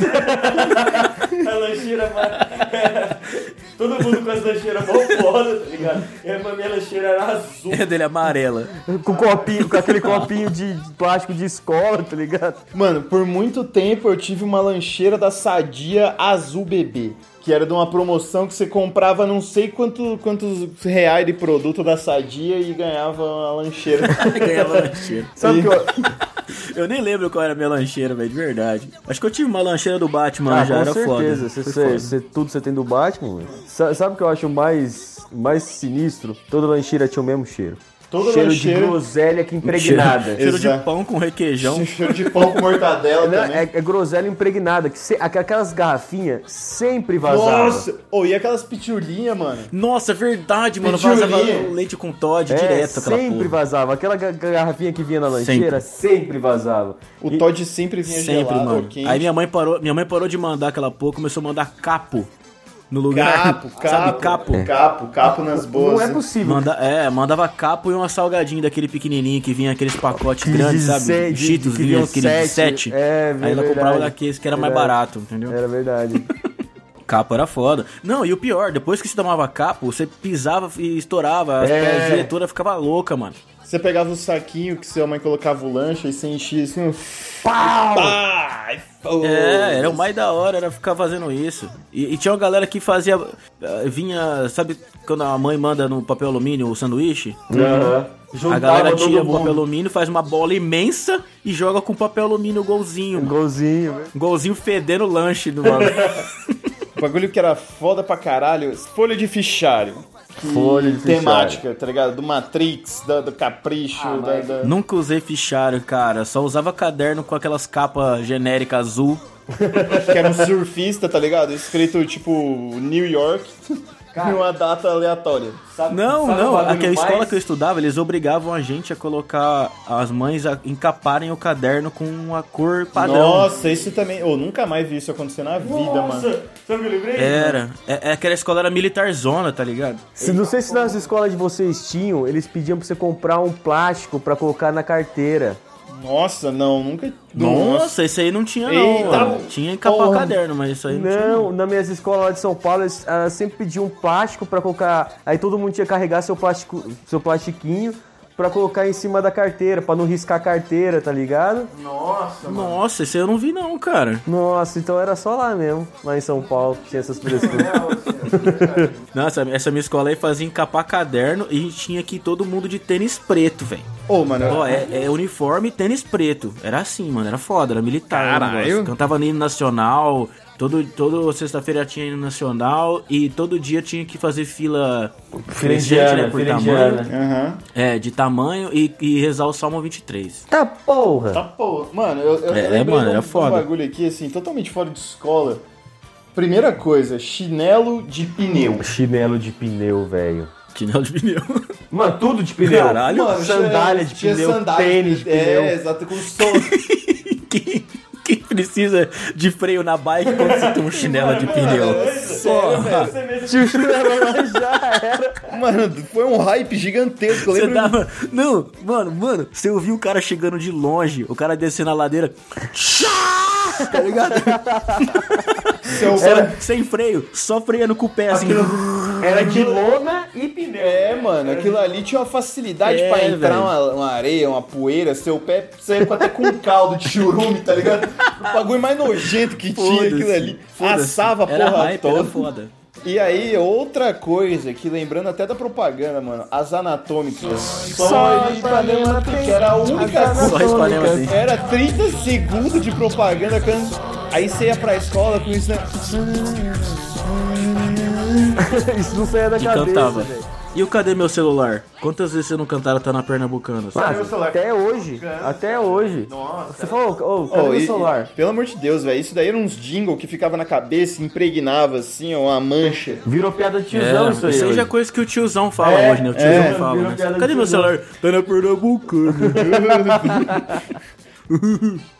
S6: A lancheira mais. Todo mundo com as lancheiras mó foda, tá ligado? E a minha lancheira era azul.
S3: A dele é amarela.
S2: Com copinho, com aquele copinho de de plástico de escola, tá ligado?
S1: Mano, por muito tempo eu tive uma lancheira da Sadia Azul Bebê, que era de uma promoção que você comprava não sei quanto- quantos reais de produto da Sadia e ganhava uma lancheira.
S3: Ganhava lancheira.
S1: Sabe que eu...
S3: Eu nem lembro qual era a minha lancheira, velho, de verdade. Acho que eu tive uma lancheira do Batman,
S2: Ah,
S3: já
S2: com
S3: era
S2: certeza.
S3: foda. né?
S2: Cê,
S3: Foi
S2: cê-
S3: foda.
S2: cê- tudo você tem do Batman. velho. Sa- Sabe o que eu acho mais, mais sinistro? Toda lancheira tinha o mesmo cheiro.
S1: Toda
S2: cheiro
S1: lancheira-
S2: de groselha que é impregnada.
S3: Cheiro
S1: Exato.
S3: de pão com requeijão.
S1: Cheiro de pão com mortadela
S2: Não,
S1: também.
S2: é, é groselha impregnada. Que se- aqu- aquelas garrafinhas sempre vazavam.
S1: Nossa! Oh, e aquelas pitulinhas, mano?
S3: Nossa, é verdade, mano.
S1: Pitulinha.
S3: Vazava leite com Todd
S2: É,
S3: direto aquela
S2: sempre
S3: porra.
S2: vazava. Aquela ga- garrafinha que vinha na lancheira sempre, vazava.
S1: O Todd sempre vinha
S3: Sempre,
S1: gelado ou
S3: mano.
S1: quente.
S3: Aí minha mãe parou, minha mãe parou de mandar aquela porra, começou a mandar capo no lugar.
S1: Capo, capo, É.
S3: Sabe, capo.
S1: capo, capo nas boas.
S2: Não é
S1: né?
S2: possível.
S3: Manda, é, mandava capo e uma salgadinha daquele pequenininho que vinha aqueles pacotes
S2: Aqueles
S3: grandes,
S2: de
S3: sabe?
S2: sete,
S3: De Cheetos
S2: que
S3: vinha
S2: vinham
S3: aquele de
S2: sete.
S3: sete.
S2: É,
S3: Aí ela
S2: verdade.
S3: comprava daqueles que era mais
S2: Verdade.
S3: barato, entendeu?
S2: Era verdade.
S3: Capo era foda. Não, e o pior, depois que você tomava capo, você pisava e estourava, as
S2: É.
S3: pezinhas todas ficava louca, mano.
S1: Você pegava o saquinho que sua mãe colocava o lanche e você enchia assim. um
S3: É, era o mais da hora, era ficar fazendo isso. E, e tinha uma galera que fazia. ah, Vinha, sabe quando a mãe manda no papel alumínio o sanduíche? a galera tira o papel alumínio, faz uma bola imensa e joga com papel alumínio o golzinho.
S2: Um
S3: mano.
S2: golzinho, velho.
S3: Golzinho fedendo o lanche do maluco.
S1: O bagulho que era foda pra caralho, folha de fichário. Que
S2: Folha de fichário.
S1: Temática, tá ligado? Do Matrix, da- do, Capricho, da, da-
S3: Nunca usei fichário, cara. Só usava caderno com aquelas capas genéricas azul.
S1: que era um surfista, tá ligado? Escrito tipo New York e uma data aleatória.
S6: Sabe-
S3: Não,
S6: sabe
S3: não.
S6: o bagulho
S3: Aquela escola
S6: mais-
S3: que eu estudava, eles obrigavam a gente a colocar as mães a encaparem o caderno com a cor
S2: Ah,
S3: padrão.
S1: Nossa, isso também. Eu nunca mais vi isso acontecer na vida,
S6: Nossa,
S1: mano.
S6: sabe o que eu lembrei?
S3: Era. É, é, aquela escola era militarzona, tá ligado?
S2: Se, não sei se nas escolas de vocês tinham, eles pediam pra você comprar um plástico pra colocar na carteira.
S1: Nossa, não, nunca.
S3: Nossa, isso aí não tinha, não.
S1: Eita,
S3: mano. Tinha encapar o
S1: porra.
S3: caderno, mas isso aí não, tinha.
S2: Não, nas minhas escolas lá de São Paulo, eles ah, sempre pediam um plástico pra colocar. Aí todo mundo tinha que carregar seu, plástico, seu plastiquinho pra colocar em cima da carteira, pra não riscar a carteira, tá ligado?
S3: Nossa, isso aí eu não vi, não, cara.
S2: Nossa, então era só lá mesmo, lá em São Paulo, que tinha essas assim. frescuras.
S3: Nossa, essa minha escola aí fazia encapar caderno e tinha que ir todo mundo de tênis preto, velho.
S1: Ô, mano.
S3: Ó, é, é uniforme e tênis preto. Era assim, mano. Era foda, era militar. o
S1: Caralho.
S3: negócio. Cantava no hino nacional. Todo, todo sexta-feira tinha hino nacional e todo dia tinha que fazer fila crescente, né? Por tamanho.
S1: Aham.
S3: É, de tamanho e, e rezar o Salmo 23.
S2: Tá porra!
S1: Tá porra. Mano, eu, eu
S3: É,
S1: lembrei
S3: mano,
S1: de um-
S3: era
S1: de um
S3: foda.
S1: bagulho aqui, assim, totalmente fora de escola. Primeira coisa, chinelo de pneu.
S2: Chinelo de pneu, velho.
S3: Chinelo de pneu.
S2: Mano, tudo de pneu.
S3: Caralho.
S1: Mano,
S2: sandália de
S1: tinha
S2: pneu,
S1: sandália de
S2: tênis de
S1: É,
S2: pneu.
S1: exato, com som.
S3: Quem, quem precisa de freio na bike quando você tem um chinelo de pneu?
S6: Só. Você mesmo
S2: Tio Chinelo já era.
S1: Mano, foi um hype gigantesco. Eu
S3: Você
S1: lembro
S3: tava. Não, mano, mano, você ouviu o cara chegando de longe, o cara descendo a ladeira. Tchá! Tá ligado?
S1: que seu-
S3: Era sem freio, só freando com o pé assim.
S2: Era de lona e
S6: pneu.
S1: É, mano, aquilo ali tinha uma facilidade
S3: É,
S1: pra entrar
S3: velho.
S1: uma, uma areia, uma poeira, seu pé saiu com- até com caldo de churume, tá ligado? O bagulho mais nojento que tinha
S3: Foda-se,
S1: aquilo ali.
S3: foda-se.
S1: Assava a
S3: Era
S1: porra
S3: hype, era
S1: toda.
S3: foda.
S1: E aí, outra coisa que lembrando até da propaganda, mano, as anatômicas. Só Ipanema tem, que era a única
S3: Só assim, Ipanema tem.
S1: Era 30 segundos de propaganda quando. Aí você ia pra escola com isso, né?
S2: Isso não saía da
S3: E
S2: cabeça.
S3: cantava.
S2: velho.
S3: E o Cadê Meu Celular? Quantas vezes você não cantaram Tá na Pernambucana?
S2: Ah,
S3: sabe?
S2: até hoje. Até hoje. Você falou, ô, cadê
S1: Ô,
S2: meu
S1: e-
S2: celular?
S1: e- pelo amor de Deus, velho. Isso daí era uns jingle que ficava na cabeça, impregnava assim, ó, uma mancha.
S2: Virou piada de tiozão isso aí.
S3: isso aí já é
S2: hoje.
S3: coisa que o tiozão fala hoje, né? O tiozão
S1: é.
S3: fala,
S2: Virou
S3: né?
S2: piada de
S3: Cadê meu
S2: tiozão.
S3: celular? Tá na Pernambucana.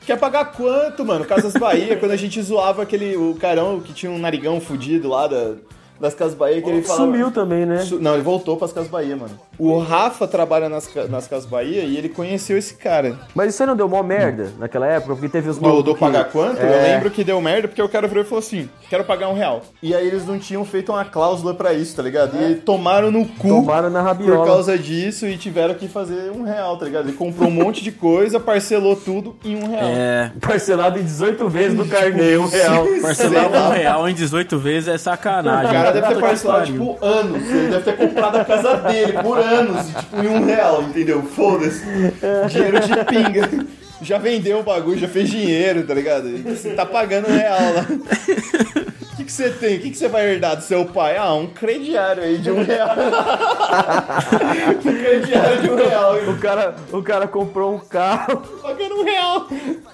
S1: Quer pagar quanto, mano? Casas Bahia, quando a gente zoava aquele. O carão que tinha um narigão fudido lá da- das Casas Bahia, que ele falava.
S2: Sumiu também, né?
S1: Su- Não, ele voltou pras Casas Bahia, mano. O Rafa trabalha nas, ca- nas Casas Bahia e ele conheceu esse cara.
S2: Mas isso aí não deu mó merda naquela época? Porque teve os
S1: Do,
S2: malucos
S1: do
S2: que-
S1: pagar quanto, eu
S2: É.
S1: lembro que deu merda porque o cara virou e falou assim: quero pagar um real. E aí eles não tinham feito uma cláusula pra isso, tá ligado? E tomaram no cu.
S2: Tomaram na rabiola.
S1: Por causa disso e tiveram que fazer um real, tá ligado? Ele comprou um monte de coisa, parcelou tudo em um real.
S3: É.
S2: Parcelado em 18 vezes no carneiro, um real.
S1: Sei
S3: Parcelar
S1: lá.
S3: um real em 18 vezes é
S1: O
S3: sacanagem.
S1: cara deve ter
S3: Puta que
S1: parcelado,
S3: pariu.
S1: tipo, anos. Ele deve ter comprado a casa dele por anos, e, tipo, em um real, entendeu? Foda-se. Dinheiro de pinga. Já vendeu o bagulho, já fez dinheiro, tá ligado? E Você tá pagando um real lá. O que, que você tem? O que, que você vai herdar do seu pai? Ah, um crediário aí de um real. um crediário de um real.
S2: O cara, o cara comprou um carro.
S1: Pagando um real.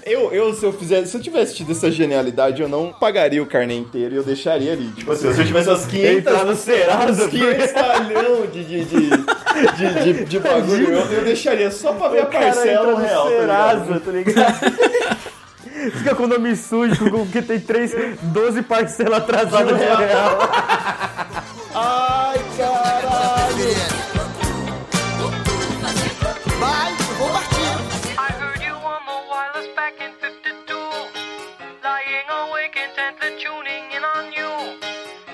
S1: Eu, eu, se eu fizesse, se eu tivesse tido essa genialidade, eu não pagaria o carnê inteiro e eu deixaria ali. Tipo assim, se eu tivesse as 500,
S2: Entrar no Serasa.
S1: as 500 talhão de, de, de, de, de- de bagulho, eu, eu deixaria só pra ver a
S2: O cara
S1: parcela
S2: entra
S1: um
S2: no
S1: real. tá ligado?
S2: Serasa, tá ligado? Fica com o nome sujo, porque tem três, 12 parcelas atrasadas de um real.
S1: Ai, caralho.
S5: Vai, vou partir.
S8: I heard you on the wireless back in 52. Lying awake intently tuning in on you.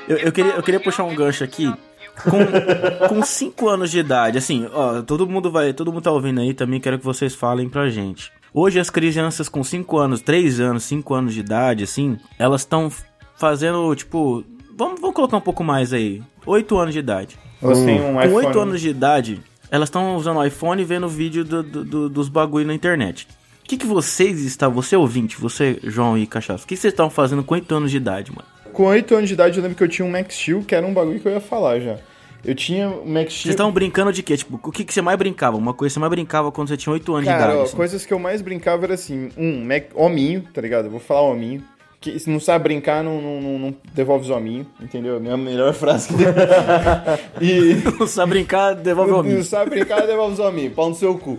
S3: Eu, eu queria, eu queria puxar um gancho aqui. Com- Com 5 anos de idade, assim, ó, todo mundo vai, todo mundo tá ouvindo aí também, quero que vocês falem pra gente. Hoje as crianças com 5 anos, 3 anos, 5 anos de idade, assim, elas estão fazendo, tipo, vamos, vamos colocar um pouco mais aí, 8 anos de idade.
S1: Você tem um
S3: Com 8 anos de idade, elas estão usando o iPhone e vendo vídeo do- do- do- dos bagulho na internet. O que, que vocês estão, você ouvinte, você, João e Cachaça, o que que vocês estão fazendo com 8 anos de idade, mano?
S1: Com 8 anos de idade, eu lembro que eu tinha um Max Steel, que era um bagulho que eu ia falar já. Eu tinha o Max
S3: Vocês
S1: Steel.
S3: estavam brincando de quê? Tipo, o que, que você mais brincava? Uma coisa que você mais brincava quando você tinha 8 anos de
S1: Cara,
S3: idade.
S1: ó,
S3: assim.
S1: coisas que eu mais brincava era assim, um, Mac, hominho, tá ligado? Eu vou falar hominho. Que se não sabe brincar, não, não, não, não devolve os hominhos, entendeu? É a Minha melhor frase que tem. e
S3: Não sabe brincar, devolve o
S1: não, não
S3: amigo.
S1: sabe brincar, devolve os hominhos, né, pau no seu cu.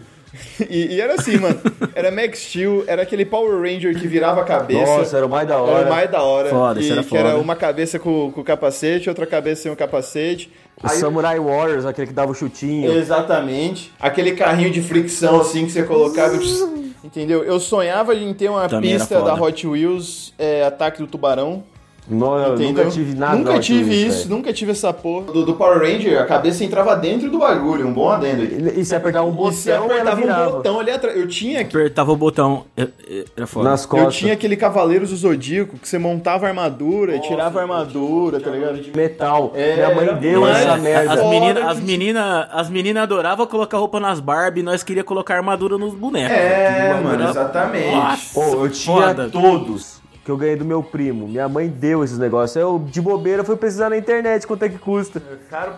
S1: E, e era assim, mano. Era Max Steel, era aquele Power Ranger que virava a cabeça.
S2: Nossa, era o mais da hora.
S1: Era o mais da hora.
S3: Foda,
S1: que,
S3: isso era
S1: que era
S3: foda.
S1: uma cabeça com, com capacete, outra cabeça sem o capacete.
S2: O Samurai Warriors, aquele que dava o chutinho.
S1: Exatamente. Aquele carrinho de fricção assim que você colocava. e pss, Entendeu? Eu sonhava em ter uma
S3: Também era
S1: pista da
S3: foda.
S1: Hot Wheels, é, Ataque do Tubarão.
S2: Não, eu
S1: entendeu?
S2: nunca tive nada.
S1: Nunca
S2: ótimo
S1: tive
S2: nisso,
S1: isso, nunca tive essa porra. Do, do Power Ranger, a cabeça entrava dentro do bagulho, um bom adendo aí.
S2: velho. E se apertar um
S1: E se
S2: botão, ela
S1: apertava
S2: virava.
S1: um botão ali atrás. Eu tinha
S3: Apertava o botão. é- é- Era foda.
S2: Nas
S1: Eu
S2: costas.
S1: tinha aquele Cavaleiros do Zodíaco que você montava a armadura, e tirava a armadura,
S3: um
S1: tá ligado?
S2: Metal.
S1: É,
S2: Minha mãe
S1: era
S2: deu
S1: mais-
S2: essa merda.
S3: As
S1: Foda
S3: meninas
S1: que-
S3: as menina, as menina adoravam colocar roupa nas Barbie, nós queríamos colocar armadura nos bonecos.
S1: É,
S3: Tudo
S1: mano,
S3: era-
S1: exatamente.
S3: Nossa,
S2: Pô, eu tinha
S3: foda.
S2: todos que eu ganhei do meu primo. Minha mãe deu esses negócios. Eu, de bobeira, fui pesquisar na internet É Então, quanto é que custa.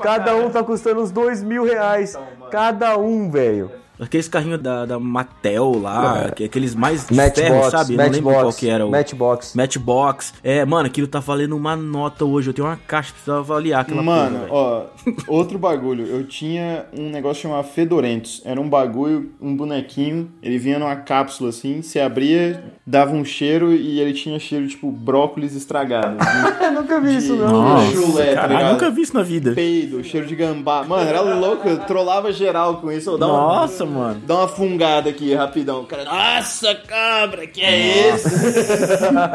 S2: Cada um tá custando uns dois mil reais. Cada um, velho.
S3: Aqueles carrinhos da, da Mattel lá, que- aqueles mais de ferro,
S2: É. Matchbox,
S3: sabe? Eu não lembro qual
S2: Matchbox,
S3: que era o...
S2: Matchbox.
S3: Matchbox. É, mano, aquilo tá valendo uma nota hoje. Eu tenho uma caixa que precisava avaliar aquela
S1: Mano,
S3: porra, velho.
S1: ó, outro bagulho. Eu tinha um negócio chamado Fedorentos. Era um bagulho, um bonequinho. Ele vinha numa cápsula assim, se abria, dava um cheiro e ele tinha cheiro tipo brócolis estragado. de-
S2: É, nunca vi isso,
S1: de
S2: não.
S1: chulé, tá
S3: Caralho,
S1: ligado?
S3: nunca vi isso na vida.
S1: Peido, cheiro de gambá. Mano, era louco. Eu trollava geral com isso. Eu dava um uma-
S3: Nossa, mano.
S1: Dá uma fungada aqui, rapidão. Cara, nossa, cabra, que é esse?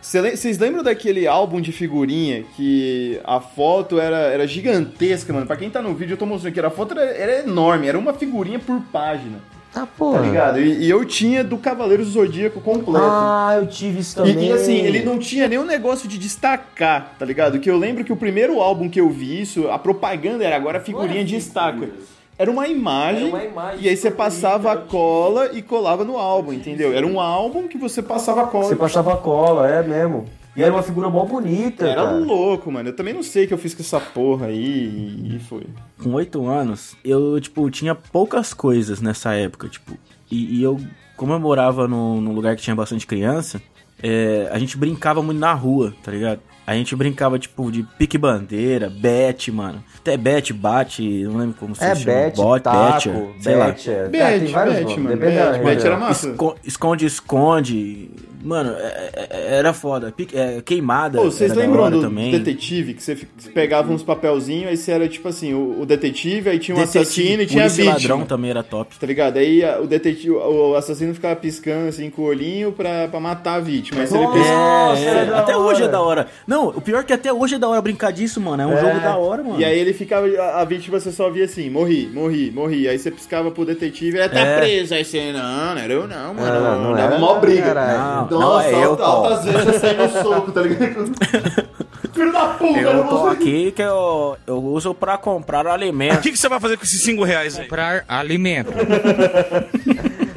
S1: Cê lem- Vocês lembram daquele álbum de figurinha que a foto era, era gigantesca, mano? Pra quem tá no vídeo, eu tô mostrando aqui. A foto era, era enorme, era uma figurinha por página,
S2: Tá,
S1: tá
S2: porra.
S1: ligado? E, e eu tinha do Cavaleiros do Zodíaco completo.
S2: ah, eu tive isso
S1: E-
S2: também.
S1: E, assim, ele não tinha nenhum negócio de destacar, tá ligado? Que eu lembro que o primeiro álbum que eu vi isso, a propaganda era agora a figurinha destaca. Era uma imagem,
S2: Era uma imagem tipo,
S1: e aí você
S2: colorida,
S1: passava a
S2: eu
S1: cola e colava no álbum, entendeu? Era um álbum que você passava a cola.
S2: Você passava cola, é mesmo. E era uma figura mó bonita,
S1: Era
S2: cara.
S1: louco, mano. Eu também não sei o que eu fiz com essa porra aí e- e foi.
S3: com oito anos, eu, tipo, tinha poucas coisas nessa época, tipo. E, e eu, como eu morava num, num lugar que tinha bastante criança, é, a gente brincava muito na rua, tá ligado? A gente brincava, tipo, de pique-bandeira, bet, mano. Até bet, bate, não lembro como se
S2: É,
S3: chama.
S2: bet,
S3: Bot,
S2: taco,
S3: betcher, sei lá.
S2: bet, é. Ah,
S1: Bet,
S2: tem vários
S1: bet,
S2: nomes,
S1: mano.
S2: depende da
S1: Bet, bet
S2: região.
S1: era massa.
S3: Esco- Esconde, esconde. Mano, é- é- era foda. Pique- é, queimada.
S1: Pô, vocês
S3: era da
S1: lembram
S3: hora
S1: do
S3: também.
S1: detetive? Que você f- você pegava uns papelzinhos, aí você era tipo assim, o, o detetive, aí tinha um
S3: Detetive,
S1: assassino e tinha a
S3: polícia e
S1: vítima.
S3: ladrão também era top.
S1: Tá ligado? Aí a- o detetive, o assassino ficava piscando assim com o olhinho pra, pra matar a vítima. Mas se ele pisca...
S2: Nossa,
S3: É,
S2: era da
S3: até
S2: hora.
S3: hoje é da hora. Não, o pior é que até hoje é da hora brincar disso, mano. É um
S2: É.
S3: jogo da hora, mano.
S1: E aí ele ficava, a, a vítima você só via assim, morri, morri, morri. Aí você piscava pro detetive, ela tá
S3: É.
S1: presa. Aí você, não, não era eu não, mano.
S2: Não, não, não
S1: Dava
S2: era
S1: mó
S2: não,
S1: briga.
S2: caralho.
S3: Não,
S1: Nossa,
S3: não, é eu,
S1: alta- altas vezes eu saí no soco, tá ligado? Filho da puta, eu
S3: Eu
S1: não
S3: tô
S1: vou
S3: aqui que eu, eu uso pra comprar alimento.
S9: que, que você vai fazer com esses 5 reais aí?
S10: Comprar alimento.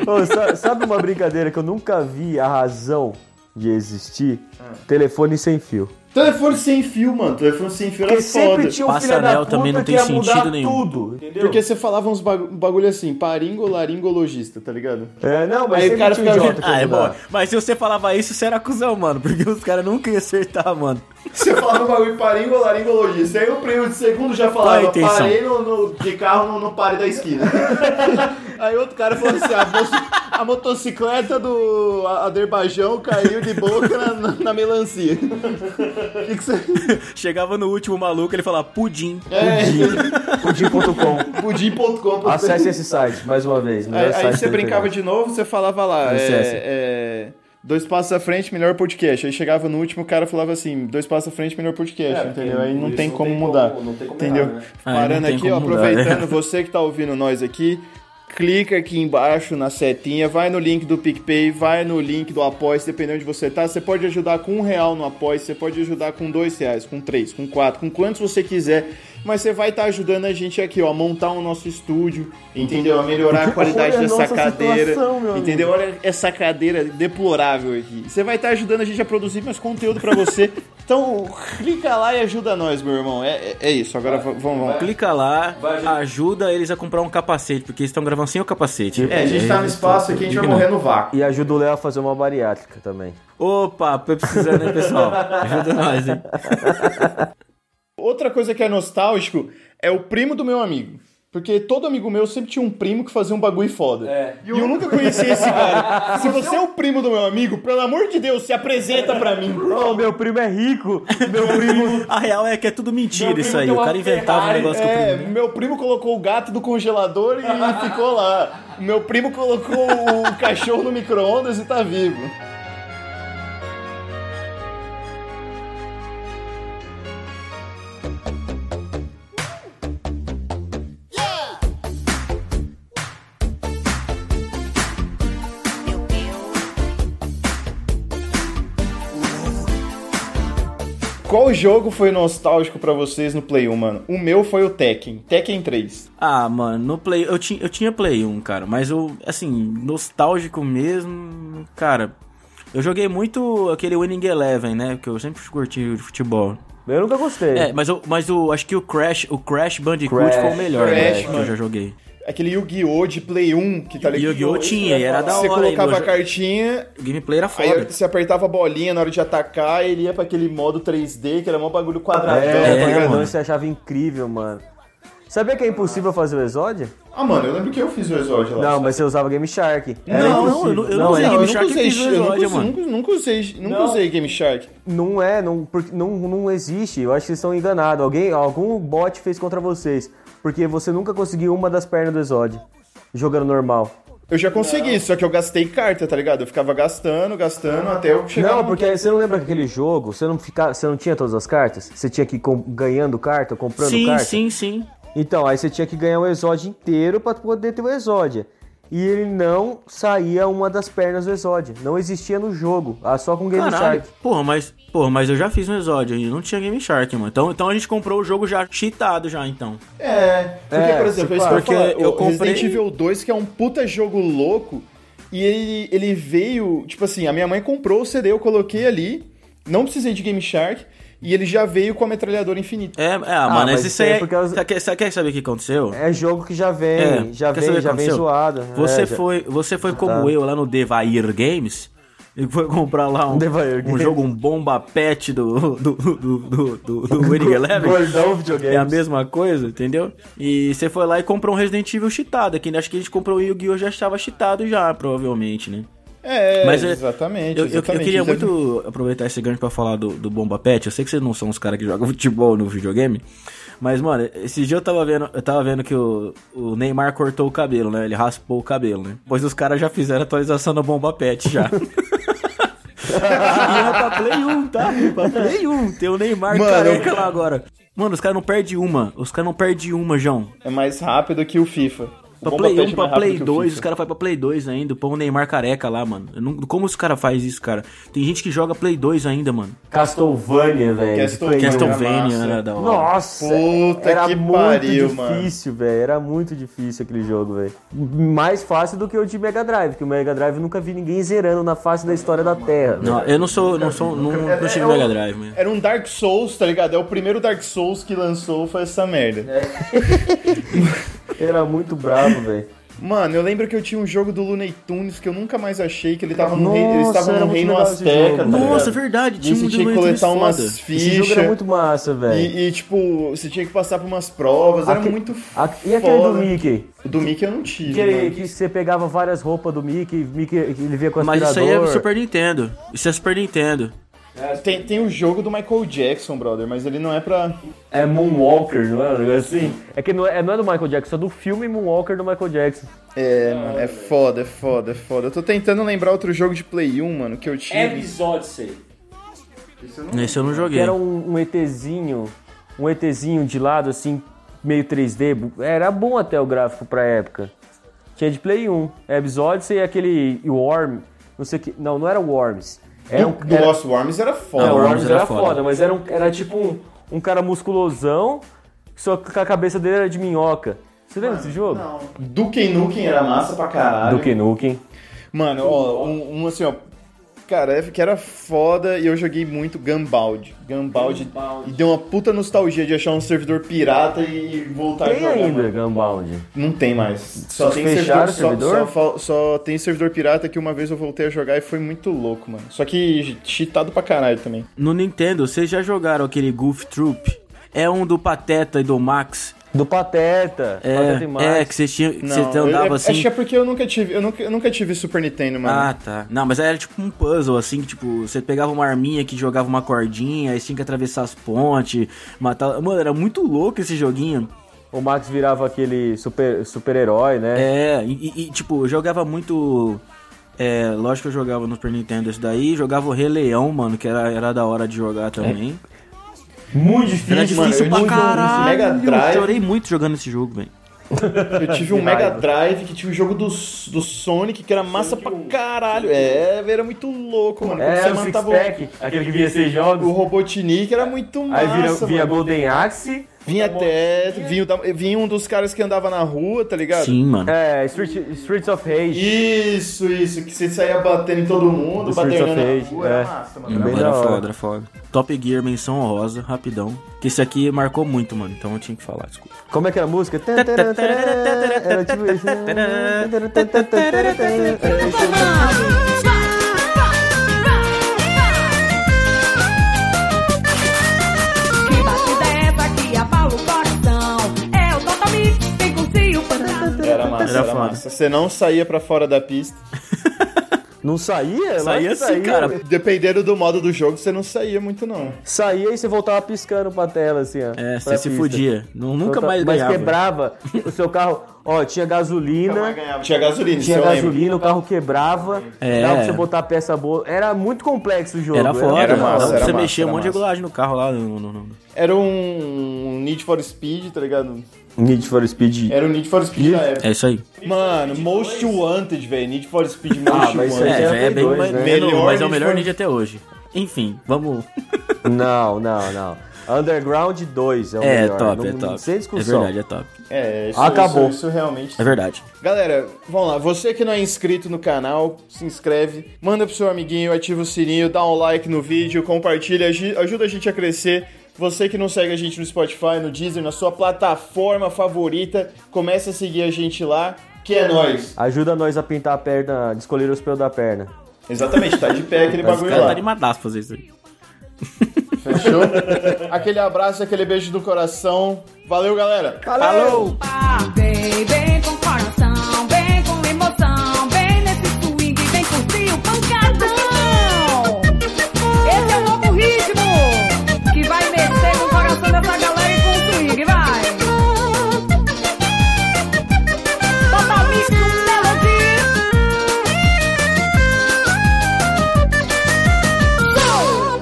S2: Ô, sa- sabe uma brincadeira que eu nunca vi a razão de existir? Telefone sem fio.
S1: Telefone sem fio, mano. Telefone sem fio era
S2: Porque sempre
S1: foda.
S2: tinha um
S3: Passa
S2: filho da
S3: anel
S2: puta
S3: também não
S2: que
S3: tem
S2: ia mudar
S3: sentido nenhum.
S2: tudo.
S1: Porque você falava uns bagu- bagulho assim, paringo, laringologista, tá ligado?
S2: É, não,
S1: Aí
S2: mas
S1: o
S2: sempre
S1: cara
S2: tinha um
S1: fica-
S2: idiota que ia
S3: Ah, é
S2: mudar.
S3: bom. Mas se você falava isso, você era cuzão, mano. Porque os caras nunca iam acertar, mano.
S1: Você falava um bagulho paringo, laringologista. Aí o primo de segundo já
S3: Qual
S1: falava,
S3: a intenção?
S1: parei no, no- de carro no, no pare da esquina. Aí outro cara falou assim, a, moço- a motocicleta do a- Aderbajão caiu de boca na, na- na melancia. O que que você...
S3: Chegava no último maluco, ele falava pudim.
S1: É,
S2: Pudim. Pudim.com.
S1: Pudim.com.
S2: Acesse esse site, mais uma vez. melhor
S1: Aí, aí
S2: site
S1: você
S2: da
S1: brincava
S2: internet.
S1: de novo, você falava lá, é,
S2: Sucesso.
S1: é, dois passos à frente, melhor podcast. Aí chegava no último, o cara falava assim, dois passos à frente, melhor podcast, entendeu? Aí É, não tem como né? mudar, entendeu?
S3: Ah,
S1: Parando
S3: não tem
S1: aqui, ó,
S3: como mudar,
S1: aproveitando, você que tá ouvindo nós aqui, clica aqui embaixo na setinha, vai no link do PicPay, vai no link do Apoia, dependendo de onde você tá, você pode ajudar com um real no Apoia, você pode ajudar com dois reais, com três, com quatro, com quantos você quiser, mas você vai estar ajudando a gente aqui, ó, a montar o nosso estúdio, entendeu? A melhorar a qualidade
S2: Olha a
S1: dessa
S2: nossa
S1: cadeira,
S2: situação, meu amigo.
S1: entendeu? Olha essa cadeira deplorável aqui. Você vai estar ajudando a gente a produzir mais conteúdo pra você, então clica lá e ajuda nós, meu irmão, é, é- é isso, agora v- vamos, vamos.
S3: Clica lá, ajuda eles a comprar um capacete, porque eles estão gravando sem o capacete.
S1: É, a gente tá no espaço aqui, a gente vai morrer no vácuo.
S2: E ajuda o Léo a fazer uma bariátrica também.
S3: Opa, tô precisando, hein, pessoal? Ajuda nós, hein?
S1: Outra coisa que é nostálgico é o primo do meu amigo. Porque todo amigo meu sempre tinha um primo que fazia um bagulho foda.
S2: É.
S1: E eu, nunca conheci esse cara. Se você é o primo do meu amigo, pelo amor de Deus, se apresenta pra mim.
S2: Oh, meu primo é rico! Meu primo.
S3: A real é que é tudo mentira
S6: Meu
S3: isso
S6: primo
S3: aí.
S6: tem
S3: O
S6: uma
S3: cara inventava um
S6: Ferrari,
S3: negócio que eu
S1: É, meu primo colocou o gato do congelador e ficou lá. Meu primo colocou o cachorro no micro-ondas e tá vivo. Qual jogo foi nostálgico pra vocês no Play 1, mano? O meu foi o Tekken, Tekken 3.
S3: Ah, mano, no Play. Eu, ti, eu tinha Play 1, cara, mas eu, assim, nostálgico mesmo. Cara, eu joguei muito aquele Winning Eleven, né? Porque eu sempre curti o futebol.
S2: Eu nunca gostei.
S3: É, mas, eu, mas eu acho que o Crash, o Crash Bandicoot
S2: É. Crash,
S3: foi o melhor
S1: Crash,
S3: né, que
S1: mano.
S3: eu já joguei.
S1: aquele Yu-Gi-Oh! de Play 1 que tá ligado.
S3: Yu-Gi-Oh! tinha, e era da
S1: Você
S3: hora, hein,
S1: colocava
S3: meu?
S1: a cartinha,
S3: O gameplay era
S1: aí
S3: foda.
S1: você apertava a bolinha na hora de atacar, ele ia pra aquele modo 3D, que era mó bagulho quadradão, tá
S2: É, é,
S1: ligado?
S2: mano. Você achava incrível, mano. Sabia que é impossível fazer o Exódio?
S1: Ah, mano, eu lembro que eu fiz o Exódio lá.
S2: Não, mas você usava Game Shark. Era
S3: não,
S2: impossível.
S3: eu não- eu não usei
S2: é-
S3: Game
S1: eu nunca
S3: Shark
S1: usei,
S3: fez o
S1: eu nunca,
S3: Exódio,
S1: usei-
S3: mano.
S1: nunca, nunca usei, nunca
S6: Não.
S1: usei Game Shark.
S2: Não é, não, porque não, não existe. Eu acho que vocês estão enganados. Alguém, algum bot fez contra vocês. Porque você nunca conseguiu uma das pernas do Exódio. Jogando normal.
S1: Eu já consegui, só que eu gastei carta, tá ligado? Eu ficava gastando, gastando até eu chegar.
S2: Não,
S1: no-
S2: porque você não lembra que aquele jogo, você não, fica, você não tinha todas as cartas? Você tinha que ir com- ganhando carta, comprando
S3: Sim,
S2: carta?
S3: sim, sim.
S2: Então, aí você tinha que ganhar o Exódio inteiro pra poder ter o Exódio. E ele não saía uma das pernas do Exódio. Não existia no jogo, ah, só com Game
S3: Caralho.
S2: Shark.
S3: Porra, mas, porra, mas eu já fiz um exódio, não tinha Game Shark, mano. Então, então a gente comprou o jogo já cheatado já, então.
S1: É, porque,
S2: É,
S1: por exemplo,
S2: se
S1: isso
S2: pá.
S1: que eu, ia falar,
S3: Porque eu
S1: o Resident
S3: comprei-
S1: Evil 2, que é um puta jogo louco, e ele, ele veio, tipo assim, a minha mãe comprou o CD, eu coloquei ali, não precisei de Game Shark, e ele já veio com a metralhadora infinita.
S3: É, é ah, mano,
S2: mas
S3: mas isso aí.
S2: é porque as-
S3: Você quer, você quer saber o que aconteceu?
S2: É jogo que já vem,
S3: É,
S2: já
S3: quer saber
S2: vem,
S3: o que
S2: já vem
S3: aconteceu?
S2: zoado.
S3: Você,
S2: É, já-
S3: foi, você foi como eu lá no Devair Games. Ele foi comprar lá um,
S2: Devair
S3: um
S2: Games.
S3: jogo, um bomba pet do, do, do, do, do, do Winning Eleven.
S2: Gordão videogame.
S3: É a mesma coisa, entendeu? E você foi lá e comprou um Resident Evil cheatado. Que acho que a gente comprou o Yu-Gi-Oh! já estava cheatado já, provavelmente, né?
S1: É,
S3: Mas eu-
S1: exatamente,
S3: Eu, eu- eu
S1: exatamente.
S3: queria
S1: Isso é-
S3: muito aproveitar esse gancho pra falar do, do Bomba Pet. Eu sei que vocês não são os caras que jogam futebol no videogame. Mas, mano, esse dia eu tava vendo, eu tava vendo que o, o Neymar cortou o cabelo, né? Ele raspou o cabelo, né? Pois os caras já fizeram atualização da Bomba Pet já. e é pra Play 1, tá? Pra Play 1. Tem o Neymar
S1: Mano,
S3: careca lá agora. Mano, os caras não perdem uma. Os caras não perdem uma, João.
S1: É mais rápido que o FIFA.
S3: Pra
S1: O
S3: Play
S1: Bomba Patch
S3: 1,
S1: é
S3: pra
S1: mais rápido
S3: Play
S1: que o
S3: 2,
S1: FIFA.
S3: os caras fazem pra Play 2 ainda, põe o Neymar careca lá, mano. Eu não- como os caras fazem isso, cara? Tem gente que joga Play 2 ainda, mano.
S2: Castlevania, velho.
S1: Castlevania.
S2: Play um.
S3: Castlevania
S1: massa.
S3: era da hora.
S2: Nossa,
S1: Puta
S2: era
S1: que
S2: muito
S1: pariu, mano.
S2: difícil, velho. Era muito difícil aquele jogo, velho. Mais fácil do que o de Mega Drive, que o Mega Drive eu nunca vi ninguém zerando na face da história da Terra.
S3: Não, eu não sou, não sou, não, não,
S1: É,
S3: tive
S1: é
S3: Mega
S1: o-
S3: Drive, mano.
S1: Era um Dark Souls, tá ligado? É o primeiro Dark Souls que lançou, foi essa merda.
S2: Era muito bravo, velho.
S1: Mano, eu lembro que eu tinha um jogo do Looney Tunes que eu nunca mais achei, que ele tava no
S2: Nossa,
S1: reino, eles estavam
S2: era
S1: no
S2: muito
S1: reino
S2: legal esse
S1: Azteca,
S2: jogo.
S1: tá
S3: Nossa,
S1: ligado?
S3: verdade,
S1: E
S3: tinha
S1: você
S3: um
S1: tinha que
S3: Looney Tunes
S1: coletar
S3: foda.
S1: umas
S2: Esse jogo
S1: fichas
S2: era muito massa, velho.
S1: e, e, tipo, você tinha que passar por umas provas, era
S2: Aque-
S1: muito
S2: A- E aquele do
S1: foda.
S2: Mickey?
S1: O do Mickey eu não tive,
S2: Que,
S1: mano.
S2: que você pegava várias roupas do Mickey, Mickey ele via com
S3: Mas
S2: aspirador.
S3: isso aí é Super Nintendo. Isso é Super Nintendo.
S1: Tem, tem o jogo do Michael Jackson, brother, mas ele não é pra...
S2: É Moonwalker, não é? Um negócio assim? É que não é, não é do Michael Jackson, é do filme Moonwalker do Michael Jackson.
S1: É, mano, é foda, é foda, é foda. Eu tô tentando lembrar outro jogo de Play 1, mano, que eu
S2: É
S1: tive.
S6: Abyss Odyssey.
S3: Esse eu não
S2: Que
S3: joguei.
S2: era um, um ETzinho, um ETzinho de lado, assim, meio 3D. bu- Era bom até o gráfico pra época. Tinha de Play 1. Abyss Odyssey e aquele Worm, não sei o que. Não, não era Worms. Era um,
S1: Do, do
S2: era-
S1: É Lost Worms era foda.
S2: não,
S3: Worms
S2: É Worms
S3: era
S2: era
S3: foda.
S2: foda, mas era, um- era tipo um, um cara musculosão, só que a cabeça dele era de minhoca. Você lembra desse jogo?
S1: Duke Nukem era massa pra caralho.
S2: Do Kenuken.
S1: Mano, ó, um, um assim, ó. Cara, é que era foda e eu joguei muito Gunbound. Gunbound.
S6: Gunbound.
S1: E deu uma puta nostalgia de achar um servidor pirata e voltar a
S2: Tem
S1: jogar.
S2: ainda,
S1: mano.
S2: Gunbound.
S1: Não tem mais. Só tem
S2: fecharam o
S1: Só,
S2: servidor?
S1: só, só tem servidor pirata que uma vez eu voltei a jogar e foi muito louco, mano. Só que cheatado pra caralho também.
S3: No Nintendo, vocês já jogaram aquele Goof Troop? É um do Pateta e do Max.
S2: Do Pateta. Pateta e Max.
S3: É, é que vocês tinham, que vocês
S2: um
S1: eu-
S3: andavam
S1: é-
S3: assim.
S1: Acho que é porque eu nunca tive. Eu nunca, eu nunca tive Super Nintendo, mano.
S3: Ah, tá. Não, mas era tipo um puzzle, assim, que tipo, você pegava uma arminha que jogava uma cordinha, aí você tinha que atravessar as pontes, matar. Mano, era muito louco esse joguinho.
S2: O Max virava aquele super- super-herói, né?
S3: É, e, e, tipo, eu jogava muito. É, lógico que eu jogava no Super Nintendo esse daí, jogava o Rei Leão, mano, que era, era da hora de jogar também.
S2: Muito
S3: Era
S2: difícil.
S1: mano,
S3: difícil
S1: eu
S3: pra
S1: tive um Mega
S3: caralho. Eu
S1: Drive.
S3: chorei muito jogando esse jogo, velho.
S1: Eu tive um
S2: Que
S1: Mega
S2: raiva.
S1: Drive que tinha o jogo do, do Sonic, que era massa pra caralho. É, velho, era muito louco, mano. Quando
S2: É,
S1: você
S2: o
S1: matava o-
S2: Six-Pack, aquele que via seis jogos.
S1: o Robotnik, era muito
S2: Aí vira,
S1: massa,
S2: via
S1: mano.
S2: Golden Axe,
S1: Vinha até. Vinha, o da- vinha um dos caras que andava na rua, tá ligado?
S3: Sim, mano.
S2: É, Street- Streets of Rage.
S1: Isso, isso, que você saía batendo em todo mundo,
S2: Streets
S1: batendo
S2: of
S1: na
S2: Rage,
S1: rua, era
S2: é.
S1: massa, mano.
S2: Bem
S3: Era
S2: da hora.
S3: foda, era foda. Top Gear, menção honrosa, rapidão. Que esse aqui marcou muito, mano, então eu tinha que falar, desculpa.
S2: Como é que era a música? Era tipo isso.
S8: Que batida é essa que abala o coração? É o Totami, vem curtir o fantasma.
S1: Era massa,
S3: Era
S1: era
S3: foda.
S1: massa. Você não saía pra fora da pista.
S2: Não saía? Lá
S3: Saía
S2: que
S3: assim, cara.
S1: Dependendo do modo do jogo, você não saía muito, não.
S2: Saía e você voltava piscando pra tela, assim, ó. pra
S3: É, você se
S2: pista.
S3: fudia. Nu- Nunca
S2: Voltava-
S3: mais
S2: Mas
S3: ganhava.
S2: quebrava. o seu carro, ó, tinha gasolina.
S1: Tinha gasolina, isso
S2: Né? Tinha
S1: eu lembro.
S2: gasolina, o carro quebrava,
S3: É.
S2: dava pra você botar peça boa. Era muito complexo o jogo.
S3: Era foda,
S1: Era
S3: mano.
S1: massa,
S3: Dava pra
S1: era
S3: você
S1: massa,
S3: mexia um
S1: era
S3: monte de
S1: massa.
S3: regulagem no carro lá. No, no- no-
S1: Era um Need for Speed, tá ligado?
S2: Need for Speed.
S1: Era um Need for Speed da época.
S3: É isso aí.
S1: Mano, Most Wanted, velho. Need for Speed Most
S2: Ah, mas isso aí
S1: Wanted.
S2: já
S3: já
S2: tem dois, né?
S3: menos,
S1: Melhor
S3: mas é
S1: Need
S3: o é melhor
S1: for-
S3: ninja até hoje. Enfim, vamos.
S2: Então, Não, não, não. Underground 2 é o
S3: É,
S2: melhor.
S3: top,
S2: Não-
S3: é top.
S2: Sem
S3: É
S2: discussão.
S3: verdade, é top.
S1: É, isso,
S2: Acabou.
S1: Isso, isso realmente.
S3: É verdade.
S1: Galera, vamos lá. Você que não é inscrito no canal, se inscreve, manda pro seu amiguinho, ativa o sininho, dá um like no vídeo, compartilha, agi- ajuda a gente a crescer. Você que não segue a gente no Spotify, no Deezer, na sua plataforma favorita, começa a seguir a gente lá, que é nóis.
S2: Ajuda nós a pintar a perna, de escolher os pelos da perna.
S1: Exatamente, tá de pé aquele
S3: Os
S1: bagulho
S3: caras tá
S1: lá.
S3: animadaço fazer isso aí.
S1: Fechou? aquele abraço, aquele beijo do coração. Valeu, galera. Falou.
S8: Vem, vem com coração, vem com emoção, vem nesse swing, vem curtir o pancadão. Esse é o novo ritmo que vai mexer com o coração dessa galera e com o swing, vai. Totalmente um melody.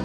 S8: Go!